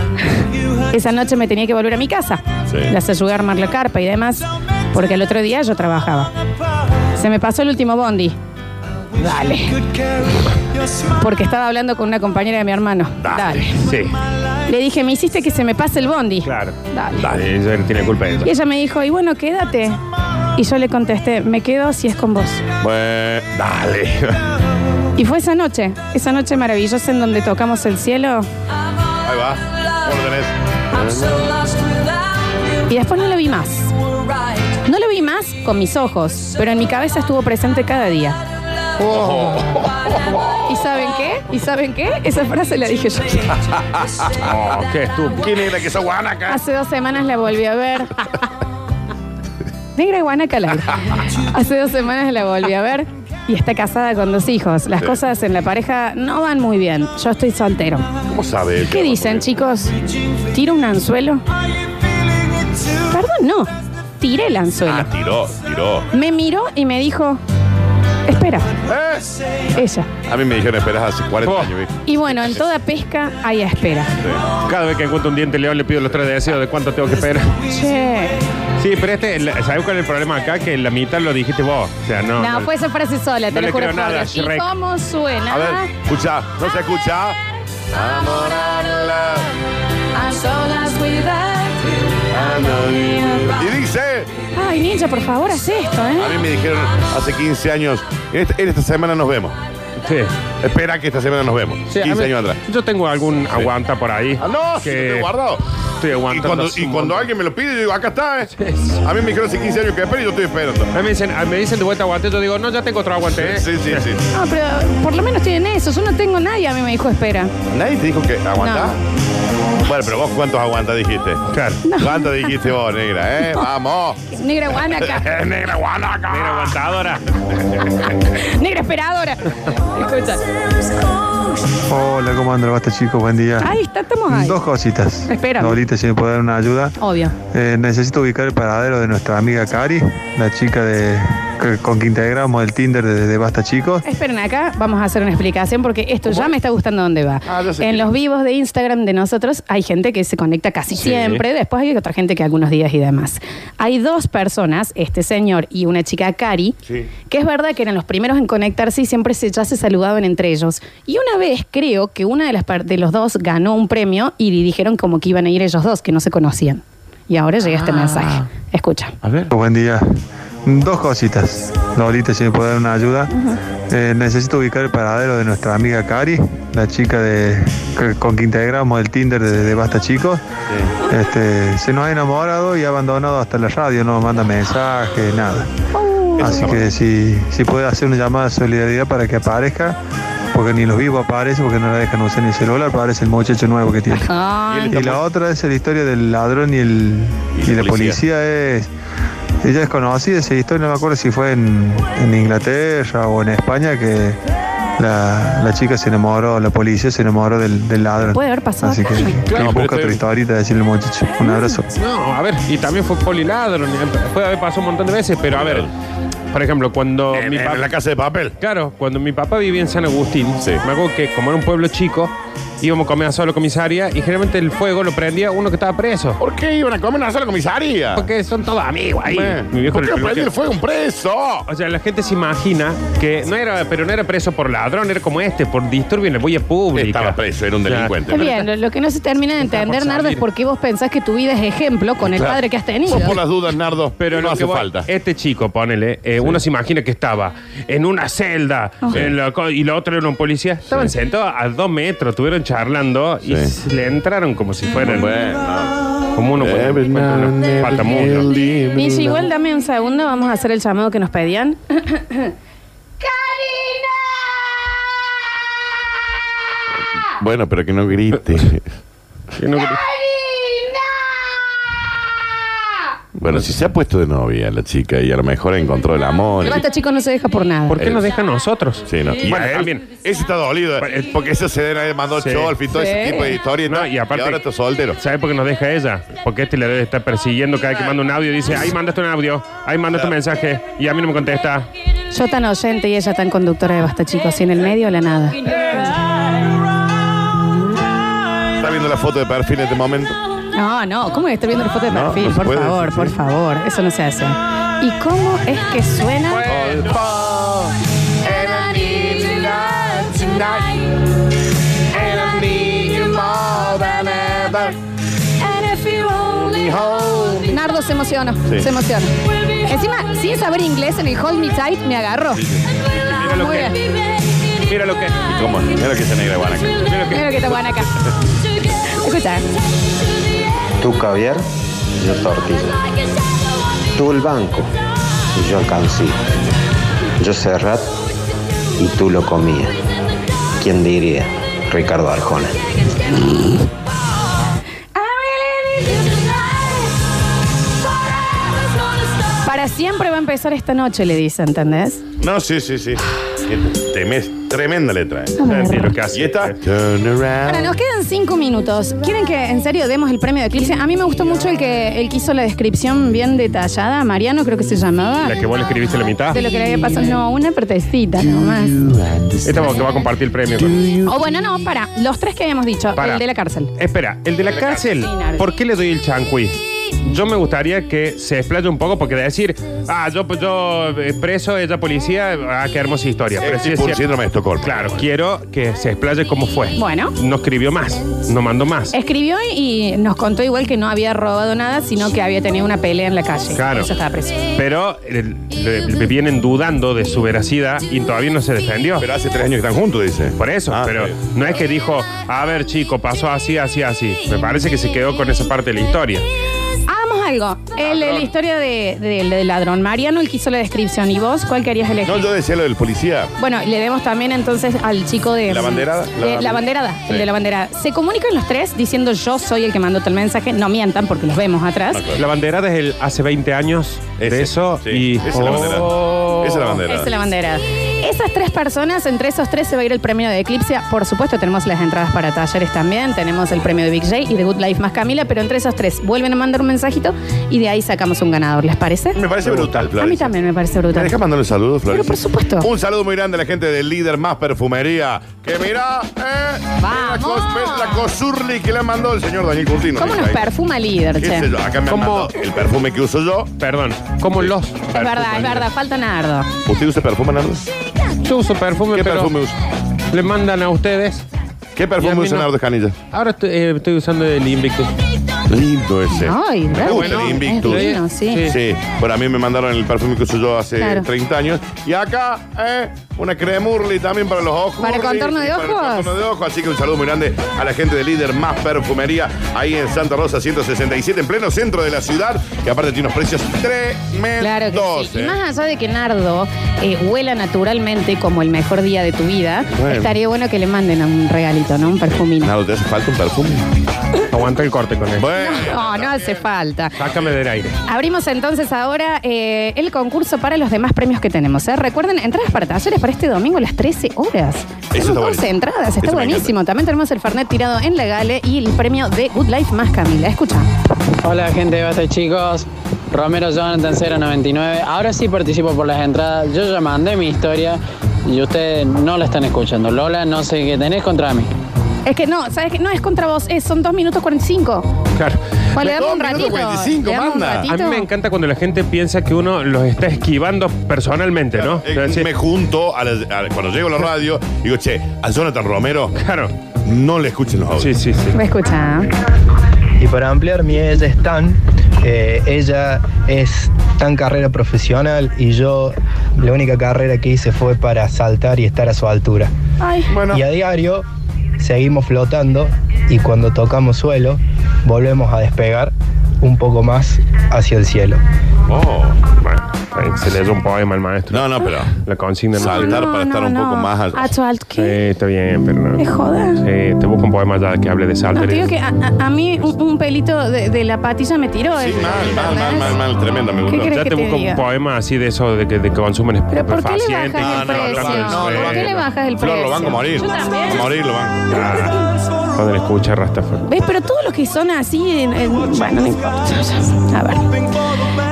A: Esa noche me tenía que volver a mi casa.
C: Sí.
A: Las ayudé a armar la carpa y demás, porque el otro día yo trabajaba. Se me pasó el último bondi. Dale. Porque estaba hablando con una compañera de mi hermano. Dale.
B: Sí,
A: Le dije, me hiciste que se me pase el bondi.
B: claro.
A: Dale.
B: Dale, ella no tiene culpa de eso.
A: Y ella me dijo, y bueno, quédate. Y yo le contesté, me quedo si es con vos.
C: Bueno, dale.
A: Y fue esa noche, esa noche maravillosa en donde tocamos el cielo.
C: Ahí va. Órdenes.
A: Y después no la vi más. No la vi más con mis ojos, pero en mi cabeza estuvo presente cada día. ¿Y saben qué? ¿Y saben qué? Esa frase la dije yo.
B: Oh, qué estúpido.
C: ¿Quién era que esa guanaca?
A: Hace dos semanas la volví a ver. Negra iguana calada. Hace dos semanas la volví a ver y está casada con dos hijos. Las
C: Sí.
A: cosas en la pareja no van muy bien. Yo estoy soltero.
C: ¿Cómo sabe?
A: ¿Qué dicen, chicos? ¿Tiro un anzuelo? Perdón, no. Tiré el anzuelo.
C: Ah, tiró, tiró.
A: Me miró y me dijo, espera,
C: ¿Eh?
A: ella.
C: A mí me dijeron esperás hace 40
B: Oh.
C: años, ¿viste?
A: Y bueno, en toda pesca hay espera.
B: Cada vez que encuentro un diente león le pido los tres deseos de cuánto tengo que esperar.
A: Che.
B: Sí, pero este, la- ¿sabes cuál es el problema acá? Que la mitad lo dijiste vos. O sea, no.
A: No,
B: no-
A: fue esa frase sola, te
B: No
A: lo
B: le
A: juro.
B: creo
A: por
B: nada,
A: Dios. ¿Y
B: Shrek.
A: cómo suena?
C: A ver, escucha, no se escucha. Amorarla,
A: A solas cuidar.
C: amorarla. Y dice,
A: Ay, ninja, por favor, haz esto,
C: a
A: ¿eh?
C: mí me dijeron hace 15 años, en esta, en esta semana nos vemos.
B: Sí.
C: Espera que esta semana nos vemos.
B: Sí, a
C: 15
B: mí-
C: años atrás.
B: Yo tengo algún aguanta por ahí.
C: Ah, no, sí,
B: que
C: lo guardado.
B: Estoy
C: Y
B: aguantando.
C: cuando,
B: hace
C: y
B: un
C: cuando
B: montón.
C: alguien me lo pide, yo digo, acá está, ¿eh? A mí me dijeron hace 15 años que espera y yo estoy esperando.
B: A mí me dicen, a mí me dicen de vuelta aguante, yo digo, no, ya tengo otro aguante, ¿eh?
C: Sí, sí, sí.
A: No, pero eh, por lo menos tienen eso. Yo no tengo nadie, a mí me dijo espera.
C: Nadie te dijo que aguantá.
A: No.
C: Bueno, pero vos cuántos aguantas dijiste. ¿Cuántos dijiste vos, negra, eh? Vamos.
A: Negra guanaca.
C: negra guanaca. Negra aguantadora.
A: Negra esperadora. Escucha.
L: Hola, ¿cómo andan? Basta chicos, buen día.
A: Ahí está, estamos ahí.
L: Dos cositas.
A: Espera.
L: Ahorita, si me puede dar una ayuda.
A: Obvio.
L: Eh, necesito ubicar el paradero de nuestra amiga Cari, la chica de que- con que integramos el Tinder de, de Basta Chicos.
A: Esperen acá, vamos a hacer una explicación porque esto ya me está gustando dónde va. en los vivos de Instagram de nosotros hay gente que se conecta casi siempre, después hay otra gente que algunos días y demás. Hay dos personas, este señor y una chica, Cari,
C: Sí.
A: que es verdad que eran los primeros en conectarse y siempre se, ya se saludaban entre ellos. Y una vez creo que una de, las par- de los dos ganó un premio y dijeron como que iban a ir ellos dos, que no se conocían. Y ahora llega este mensaje. Escucha.
L: A ver. Buen día. Dos cositas. Lolita, si me puede dar una ayuda. Eh, necesito ubicar el paradero de nuestra amiga Cari, la chica de que- con que integramos el Tinder de, de Basta Chicos. Este, se nos ha enamorado y ha abandonado hasta la radio, no manda mensajes, nada. Así que si, si puede hacer una llamada de solidaridad para que aparezca, porque ni los vivos aparecen, porque no la dejan usar ni el celular, aparece el muchacho nuevo que tiene.
A: Ay.
L: Y la otra es la historia del ladrón y, el, y la policía. es. Ella es conocida esa historia, no me acuerdo si fue en, en Inglaterra o en España que la, la chica se enamoró, la policía se enamoró del, del ladrón.
A: Puede haber pasado
L: Así que,
A: acá.
L: que
B: Claro, pero
L: busca otra
B: estoy-
L: historita, decirle al muchacho. Un abrazo.
B: No, a ver, y también fue poliladro, puede haber pasado un montón de veces, pero a ver, por ejemplo, cuando mi papá...
C: en Eh, la casa de papel.
B: Claro, cuando mi papá vivía en San Agustín, me acuerdo que como era un pueblo chico, íbamos a comer asado a la comisaría y generalmente el fuego lo prendía uno que estaba preso.
C: ¿Por qué iban a comer una sola comisaría?
B: Porque son todos amigos ahí.
C: Man, Eh, ¿por qué
B: era
C: lo prendí? Fue un preso.
B: O sea, la gente se imagina que no era, pero no era preso por ladrón, era como este, por disturbio en la bulla pública.
C: Estaba preso, era un
B: Ya.
C: delincuente.
A: Está bien, lo- lo que no se termina de entender,
B: por
A: Nardo, es
B: salir.
A: por qué vos pensás que tu vida es ejemplo con el
B: Claro.
A: padre que has tenido.
C: Vos por las dudas, Nardo,
B: Pero
C: pero
B: lo
C: no
B: que
C: hace
B: voy-
C: falta.
B: Este chico, ponele, eh, uno se imagina que estaba en una celda en la co- y la otra era un policía. Estaban sentados a dos metros, estuvieron charlando y
C: Sí.
B: se le entraron como si fueran.
C: Bueno.
B: Como uno cuando
C: Every
B: encuentra
C: now
B: una
C: and
B: pata
C: every
B: muda.
C: little
A: Michi, igual dame un segundo, vamos a hacer el llamado que nos pedían.
C: Bueno, pero que no grite.
B: Que no-
C: Bueno, si se ha puesto de novia la chica y a lo mejor encontró el amor.
A: El basta, chicos, no se deja por nada.
B: ¿Por qué nos deja a nosotros?
C: Sí, no. Y
B: Bueno,
C: a él,
B: también.
C: Ese está dolido. eh, Porque eso se debe haber mandado
B: Sí.
C: Cholf y todo ese
A: Sí.
C: tipo de historias.
B: No,
C: ¿no?
B: y aparte-
C: ahora está soltero.
B: ¿Sabe por qué nos deja ella? Porque este le debe estar persiguiendo cada vez que manda un audio. Dice, ahí mandaste un audio, ahí mandaste un mensaje y a mí no me contesta.
A: Yo tan oyente y ella tan conductora de basta, chicos, y en el medio la nada.
C: Está viendo la foto de perfil en este momento.
A: No, no, ¿cómo que estoy viendo la foto de
C: No,
A: perfil?
C: no se
A: por
C: puede,
A: favor,
C: sí,
A: por
C: sí.
A: favor, eso no se hace. ¿Y cómo es que suena? Nardo se emocionó,
C: Sí.
A: se emocionó. Encima, sin saber inglés, en el Hold Me Tight me agarró.
B: Mira lo
A: Muy
B: que.
A: bien.
B: Mira lo que.
C: ¿Cómo? Mira que se negra guanaca.
A: Mira que te van acá. Escucha.
I: Tú caviar, yo tortilla. Tú el banco, y yo alcancía. Yo serrat, y tú lo comías. ¿Quién diría? Ricardo Arjona.
A: Para siempre va a empezar esta noche, le dice, ¿entendés?
C: No, sí, sí, sí. Qué temes- Tremenda letra. eh.
B: Sí, lo que hace.
C: Y esta. Turn
A: Ahora,
C: around.
A: nos quedan cinco minutos. ¿Quieren que en serio demos el premio de Eclipse? A mí me gustó mucho el que, el que hizo la descripción bien detallada. Mariano creo que se llamaba.
B: La que vos le escribiste la mitad.
A: De lo que le había pasado. No, una partecita nomás.
B: Esta es la que va a compartir el premio. con-
A: O bueno, no, para. Los tres que habíamos dicho.
B: Para.
A: El de la cárcel.
B: Espera, el de la cárcel, ¿por qué le doy el chancuí? Yo me gustaría que se explaye un poco porque decir, ah, yo, yo eh, preso, ella policía, ah, qué hermosa historia. Pero sí es
C: Por
B: cierto.
C: síndrome de Estocolmo.
B: Claro, quiero que se explaye cómo fue.
A: Bueno.
B: No escribió más, no mandó más.
A: Escribió y nos contó igual que no había robado nada, sino que había tenido una pelea en la calle.
B: Claro.
A: Eso estaba preso.
B: Pero eh, le- le vienen dudando de su veracidad y todavía no se defendió.
C: Pero hace tres años que están juntos, dice.
B: Por eso,
C: Ah,
B: pero
C: sí.
B: no es que dijo, a ver chico, pasó así, así, así. Me parece que se quedó con esa parte de la historia.
A: Vamos algo. El, de la historia de- de- del ladrón. Mariano, el que hizo la descripción. ¿Y vos cuál querías elegir?
C: No, yo decía lo del policía.
A: Bueno, le demos también entonces al chico de.
C: ¿La banderada?
A: de- la,
C: La-
A: banderada,
C: Sí.
A: el de la banderada. Se comunican los tres diciendo yo soy el que mandó tal mensaje. No mientan porque los vemos atrás.
B: La banderada es el hace 20 años de eso y. Oh.
C: esa es la banderada. Esa es la banderada.
A: Esa es la bandera. Esas tres personas, entre esos tres se va a ir el premio de Eclipse. Por supuesto, tenemos las entradas para talleres también. Tenemos el premio de Big J y de Good Life más Camila. Pero entre esos tres vuelven a mandar un mensajito y de ahí sacamos un ganador. ¿Les parece?
C: Me parece brutal,
A: A mí
C: Florencia.
A: también me parece
C: ¿Me
A: brutal.
C: dejas mandar un saludo, Florencia?
A: por supuesto.
C: Un saludo muy grande a la gente del líder más perfumería. Que mira, eh, la, cos, ves la cosurli que le ha mandado el señor Daniel Curtino.
A: ¿Cómo
C: Mira
A: nos
C: ahí.
A: perfuma líder,
C: ¿Qué
A: che?
C: sé yo? Acá me han
A: ¿Cómo?
C: mandado el perfume que uso yo.
B: Perdón, como los.
A: Es verdad, es verdad. Falta Nardo.
C: ¿Usted usa perfume, Nardo?
B: Yo uso perfume,
C: ¿Qué
B: pero
C: perfume usa?
B: Le mandan a ustedes.
C: ¿Qué
B: Y a
C: perfume
B: mí
C: usa
B: no.
C: Nardo Escanilla?
B: Ahora estoy, eh, estoy usando el Invictus.
C: Lindo ese.
A: Ay,
C: me
A: re
C: gusta
A: bueno,
C: el
A: es
C: Invictus.
A: divino, sí. Sí.
C: Bueno, a mí me mandaron el perfume que uso yo hace
A: Claro.
C: 30 años. Y acá, eh, una cremurli también para los ojos.
A: ¿Para contorno de
C: Y para el
A: ojos?
C: contorno de ojos. Así que un saludo muy grande a la gente de Líder Más Perfumería, ahí en Santa Rosa 167, en pleno centro de la ciudad. Que aparte tiene unos precios tremendos.
A: Claro que sí. Y
C: eh.
A: más allá de que Nardo eh, huela naturalmente como el mejor día de tu vida,
C: Bueno.
A: estaría bueno que le manden un regalito, ¿no? Un perfumito.
C: Nardo, Eh. ¿te hace falta un perfume?
B: Aguanta el corte con él.
C: Bueno,
A: No, no hace falta.
B: sácame del aire.
A: Abrimos entonces ahora eh, el concurso para los demás premios que tenemos. ¿eh? Recuerden, entradas para talleres para este domingo a las 13 horas.
C: Eso está
A: Son 12
C: buenísimo.
A: entradas, está
C: Eso me
A: buenísimo. También tenemos el Fernet tirado en la Gale y el premio de Good Life más Camila. Escucha.
M: Hola gente de Basta Chicos, Romero Jonathan 099. Ahora sí participo por las entradas. Yo ya mandé mi historia y ustedes no la están escuchando. Lola, no sé qué tenés contra mí.
A: Es que no, ¿sabes que No es contra vos, es- son 2 minutos 45.
B: Claro.
A: Bueno, le damos un
C: Dos
A: ratito.
C: minutos 45,
A: le damos un
C: manda.
A: ratito.
B: A mí me encanta cuando la gente piensa que uno los está esquivando personalmente, ¿no?
C: Eh, me junto a la- a- cuando llego a la radio, digo, che, a Jonathan Romero.
B: Claro.
C: No le escuchen los audios.
B: Sí, sí, sí.
A: Me escucha.
N: Y para ampliar mi ella es tan, eh, ella es tan carrera profesional y yo la única carrera que hice fue para saltar y estar a su altura.
A: Ay,
N: Y a diario seguimos flotando y cuando tocamos suelo volvemos a despegar un poco más hacia el cielo.
B: Oh, bueno, ahí se leyó un poema al maestro.
C: No, no, pero.
B: La consigna no.
C: Saltar para estar un poco más al-
A: A tu alt-
B: Sí, está bien, pero no.
A: Me joda.
B: Sí, te busco un poema ya que hable de
A: No,
B: saltar.
A: te digo que a, a- a mí un, un pelito de, de la patilla me tiró.
C: Sí,
A: eh.
C: mal, mal, mal, mal, mal, tremendo, me
A: ¿Qué
C: gustó.
A: crees
B: ya
A: que
B: te
A: te
B: busco
A: diga?
B: un poema así de eso, de que, de que consumen
A: Pero ¿por qué le
B: estupefacientes.
A: bajas el
C: no,
A: precio?
C: no, no, no,
A: ¿Por qué
C: no.
A: le bajas el precio?
C: Flor, lo van a morir.
A: Yo también.
C: A morir lo van.
A: Eh,
B: Ah, Cuando le escucha Rastafari.
A: ¿Ves? Pero todos los que son así. en- en- bueno, no importa. A ver.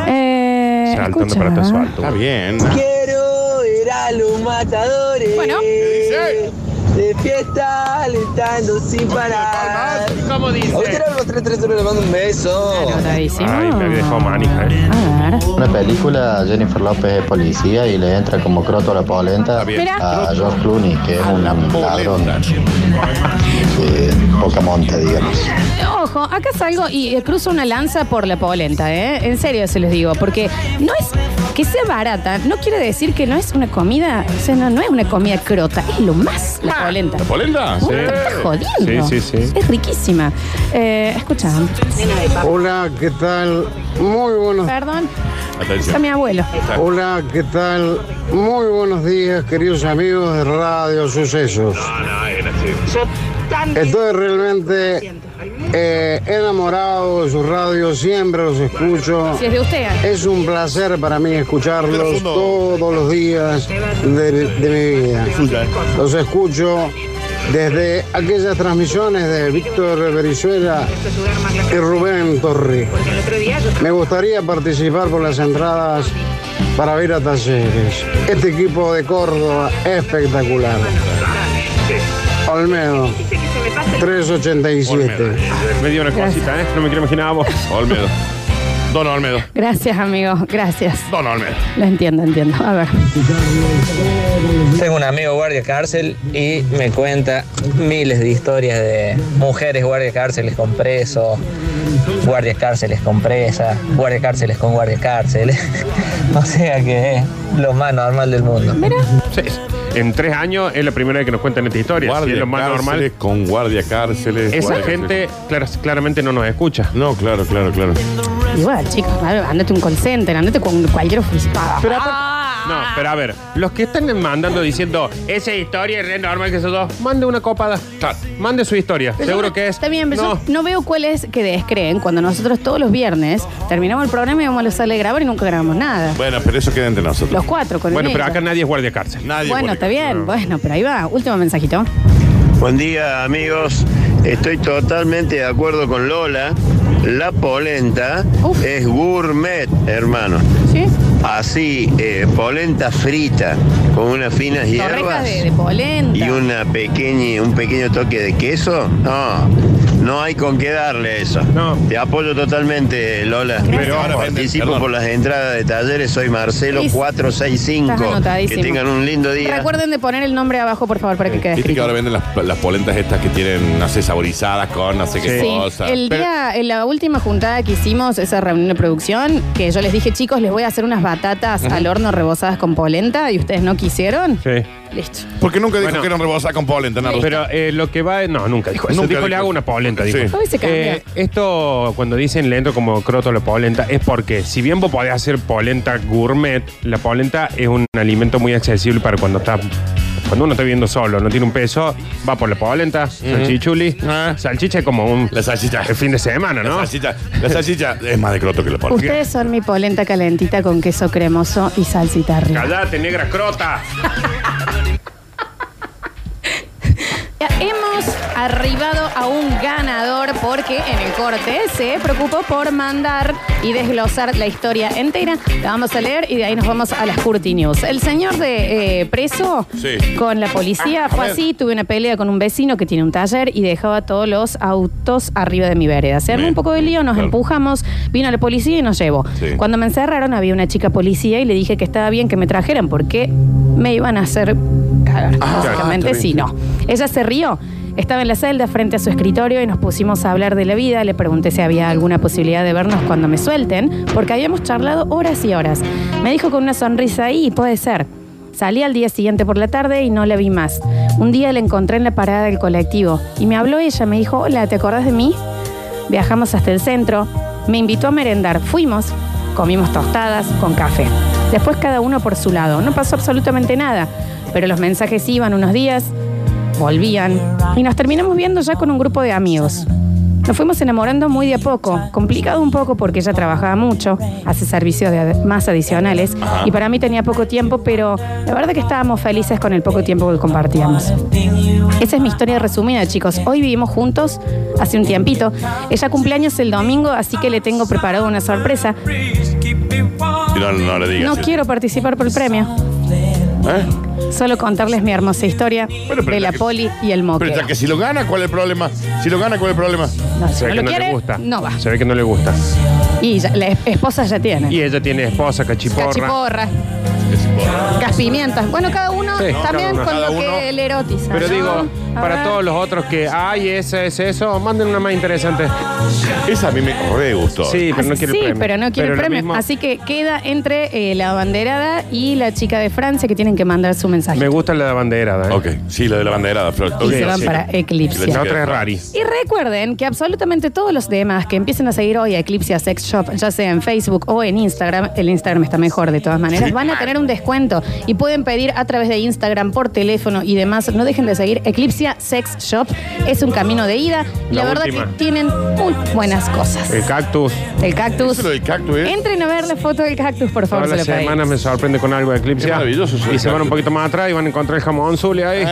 A: Eh,
B: Saltando
A: escucha.
B: para tu asfalto.
C: Está bien.
O: Quiero ir a los matadores.
A: Bueno.
O: De fiesta, alentando sin parar.
B: ¿Cómo dice?
O: Hoy tenemos 333, le mando un beso.
B: Ay, me dejó manija, eh.
P: Una película, Jennifer López es policía y le entra como croto a la polenta
C: bien.
P: a George Clooney, que es un ladrón de poca monta, digamos.
A: Ojo, acá salgo y eh, cruzo una lanza por la polenta, ¿eh? En serio se los digo, porque no es que sea barata, no quiere decir que no es una comida, o sea, no, no es una comida crota, es lo más
B: Ah,
A: la polenta.
C: ¿La polenta?
A: Puta, me está jodiendo.
B: Sí, sí, sí.
A: Es riquísima. Eh, escucha.
Q: Hola, ¿qué tal? Muy buenos
A: Perdón, está mi
Q: Atención.
A: abuelo.
Q: Hola, ¿qué tal? Muy buenos días, queridos amigos de Radio Sucesos. Estoy realmente eh, enamorado de su radio, siempre los escucho.
A: Si es de usted.
I: Eh,
Q: Es un placer para mí escucharlos todos los días de, de mi vida. Los escucho desde aquellas transmisiones de Víctor Verizuela y Rubén Torri. Me gustaría participar por las entradas para ver a Talleres. Este equipo de Córdoba espectacular. Olmedo, 387.
B: Me dio una cosita, ¿eh? No me quiero imaginar a vos.
C: Olmedo. Don Olmedo.
A: Gracias, amigo, gracias.
C: Don Olmedo.
A: Lo entiendo, entiendo. A ver.
F: Tengo un amigo guardia cárcel y me cuenta miles de historias de mujeres guardia cárceles con presos, guardias cárceles con presas, guardia cárceles con guardia cárceles. o sea que es lo más normal del mundo.
B: En tres años es la primera vez que nos cuentan esta historia.
C: Guardia
B: Sí, es lo más
C: cárceles
B: normal.
C: con guardia cárceles.
B: Esa
C: guardia-
B: gente clar- claramente no nos escucha.
C: No, claro, claro, claro.
A: Igual, chicos, a- andate a un call center, andate con cualquier Ah, oficina.
B: Pero aparte- No, pero a ver, los que están mandando diciendo esa historia es re normal que esos dos, mande una copada. Mande su historia.
A: Pero
B: Seguro
A: yo-
B: que es.
A: Está bien, pero
B: no.
A: yo no veo cuál es que descreen cuando nosotros todos los viernes terminamos el programa y vamos a la sala de grabar y nunca grabamos nada.
C: Bueno, pero eso queda entre nosotros.
A: Los cuatro con
B: Bueno,
A: el
B: pero
A: negro.
B: acá nadie es guardia cárcel. Nadie.
A: Bueno, está bien, bueno, pero ahí va. Último mensajito.
R: Buen día amigos, estoy totalmente de acuerdo con Lola. La polenta es gourmet, hermano.
A: ¿Sí?
R: Así, eh, polenta frita con unas finas
A: Torrejas
R: hierbas
A: de, de polenta.
R: y una pequeña, un pequeño toque de queso. No, no hay con qué darle eso. Te apoyo totalmente, Lola.
C: Pero ahora venden,
R: participo
C: perdón.
R: por las entradas de talleres. Soy Marcelo
A: Sí, sí. Estás
R: 465. Que
A: anotadísimo.
R: tengan un lindo día.
A: Recuerden de poner el nombre abajo, por favor, para que quede
C: Viste que
A: escrito.
C: ahora venden las, las polentas estas que tienen, no sé, saborizadas con no sé qué
A: Sí.
C: cosa.
A: El
C: Pero-
A: día, en la última juntada que hicimos, esa reunión de producción, que yo les dije, chicos, les voy a hacer unas batatas
C: Ujú.
A: al horno rebozadas con polenta y ustedes no quisieron. Listo.
C: Porque nunca dijo que eran rebozadas con polenta, Nardo.
B: Pero eh, lo que va es. No, nunca dijo eso.
C: Nunca
B: dijo, le
C: dijo
B: hago
C: eso".
B: una polenta. Dijo. Eh,
C: Sí.
A: Hoy se cambia.
B: esto, cuando dicen le entro como croto a la polenta, es porque si bien vos podés hacer polenta gourmet, la polenta es un alimento muy accesible para cuando está. Cuando uno está viviendo solo, no tiene un peso, va por la polenta, salchichuli. Salchicha es como un. Ah. La salchicha. El fin de semana, ¿no? La salchicha,
C: la salchicha es más de croto que la
A: Ustedes son mi polenta calentita con queso cremoso y salsita arriba.
B: Callate, negra crota.
A: Ya, Hemos arribado a un ganador porque en el corte se preocupó por mandar y desglosar la historia entera. La vamos a leer y de ahí nos vamos a las Curti News. El señor de eh, preso
C: Sí.
A: con la policía fue así, tuve una pelea con un vecino que tiene un taller y dejaba todos los autos arriba de mi vereda. Se armó un poco de lío, nos empujamos, vino la policía y nos llevó.
S: Sí.
A: Cuando me encerraron había una chica policía y le dije que estaba bien que me trajeran porque me iban a hacer cagar. Básicamente
S: Ah, está bien,
A: sí,
S: sí.
A: no. Ella se rió. Estaba en la celda frente a su escritorio y nos pusimos a hablar de la vida. Le pregunté si había alguna posibilidad de vernos cuando me suelten, porque habíamos charlado horas y horas. Me dijo con una sonrisa ahí, puede ser. Salí al día siguiente por la tarde y no la vi más. Un día la encontré en la parada del colectivo y me habló ella, me dijo, hola, ¿te acordás de mí? Viajamos hasta el centro, me invitó a merendar, fuimos, comimos tostadas con café. Después cada uno por su lado, no pasó absolutamente nada, pero los mensajes iban unos días, volvían y nos terminamos viendo ya con un grupo de amigos. Nos fuimos enamorando muy de a poco, complicado un poco porque ella trabajaba mucho, hace servicios de ad- más adicionales
S: Ajá.
A: y para mí tenía poco tiempo, pero la verdad que estábamos felices con el poco tiempo que compartíamos. Esa es mi historia resumida, chicos. Hoy vivimos juntos hace un tiempito. Ella cumpleaños el domingo, así que le tengo preparado una sorpresa.
C: Y No, no le digas.
A: No
C: eso.
A: quiero participar por el premio,
C: ¿Eh?
A: solo contarles mi hermosa historia
C: pero
A: de
C: ya
A: la
C: que-
A: poli y el
C: Pero
A: moqueo.
C: ya que si lo gana, ¿cuál es el problema? Si lo gana, ¿cuál es el problema?
A: si
B: Se ve
A: no
B: que
A: lo
B: no
A: quiere,
B: le gusta.
A: no va.
B: Se ve que no le gusta.
A: Y ya- la esp- esposa ya tiene.
B: Y ella tiene esposa, cachiporra.
A: Cachiporras, gaspimientas. Bueno, cada uno
B: Sí, cada
A: también
B: uno.
A: con
B: Cada
A: lo que
B: uno.
A: le erotiza.
B: Pero
A: ¿no?
B: digo,
A: A
B: para
A: ver.
B: todos los otros que, ay, esa es eso, manden una más interesante.
C: Esa a mí me re gustó.
B: Sí, pero no quiere
A: Ah, sí,
B: el premio.
A: pero no quiere el
B: lo
A: premio.
B: mismo,
A: Así que queda entre eh, la banderada y la chica de Francia que tienen que mandar su mensaje.
B: Me gusta la de la banderada. ¿eh?
C: Ok, sí, la de la banderada, Flor.
A: Y se van para Eclipse.
B: La otra es Rari.
A: Y recuerden que absolutamente todos los demás que empiecen a seguir hoy a Eclipse Sex Shop, ya sea en Facebook o en Instagram, el Instagram está mejor de todas maneras, van a tener un descuento y pueden pedir a través de Instagram, por teléfono y demás. No dejen de seguir Eclipse Sex Shop. Es un camino de ida. La,
B: La
A: verdad
B: última.
A: que tienen muy buenas cosas.
B: El cactus.
A: El cactus.
B: Eso del cactus, ¿eh?
A: Entren a ver la foto del cactus, por favor,
B: Todas
A: se
B: las
A: lo pedimos.
B: semanas me sorprende con algo de Eclipse.
C: Es maravilloso eso
B: Y
C: del
B: se van
C: cactus. Ah, Eh,
B: un poquito más atrás y van a encontrar el jamón zule ahí.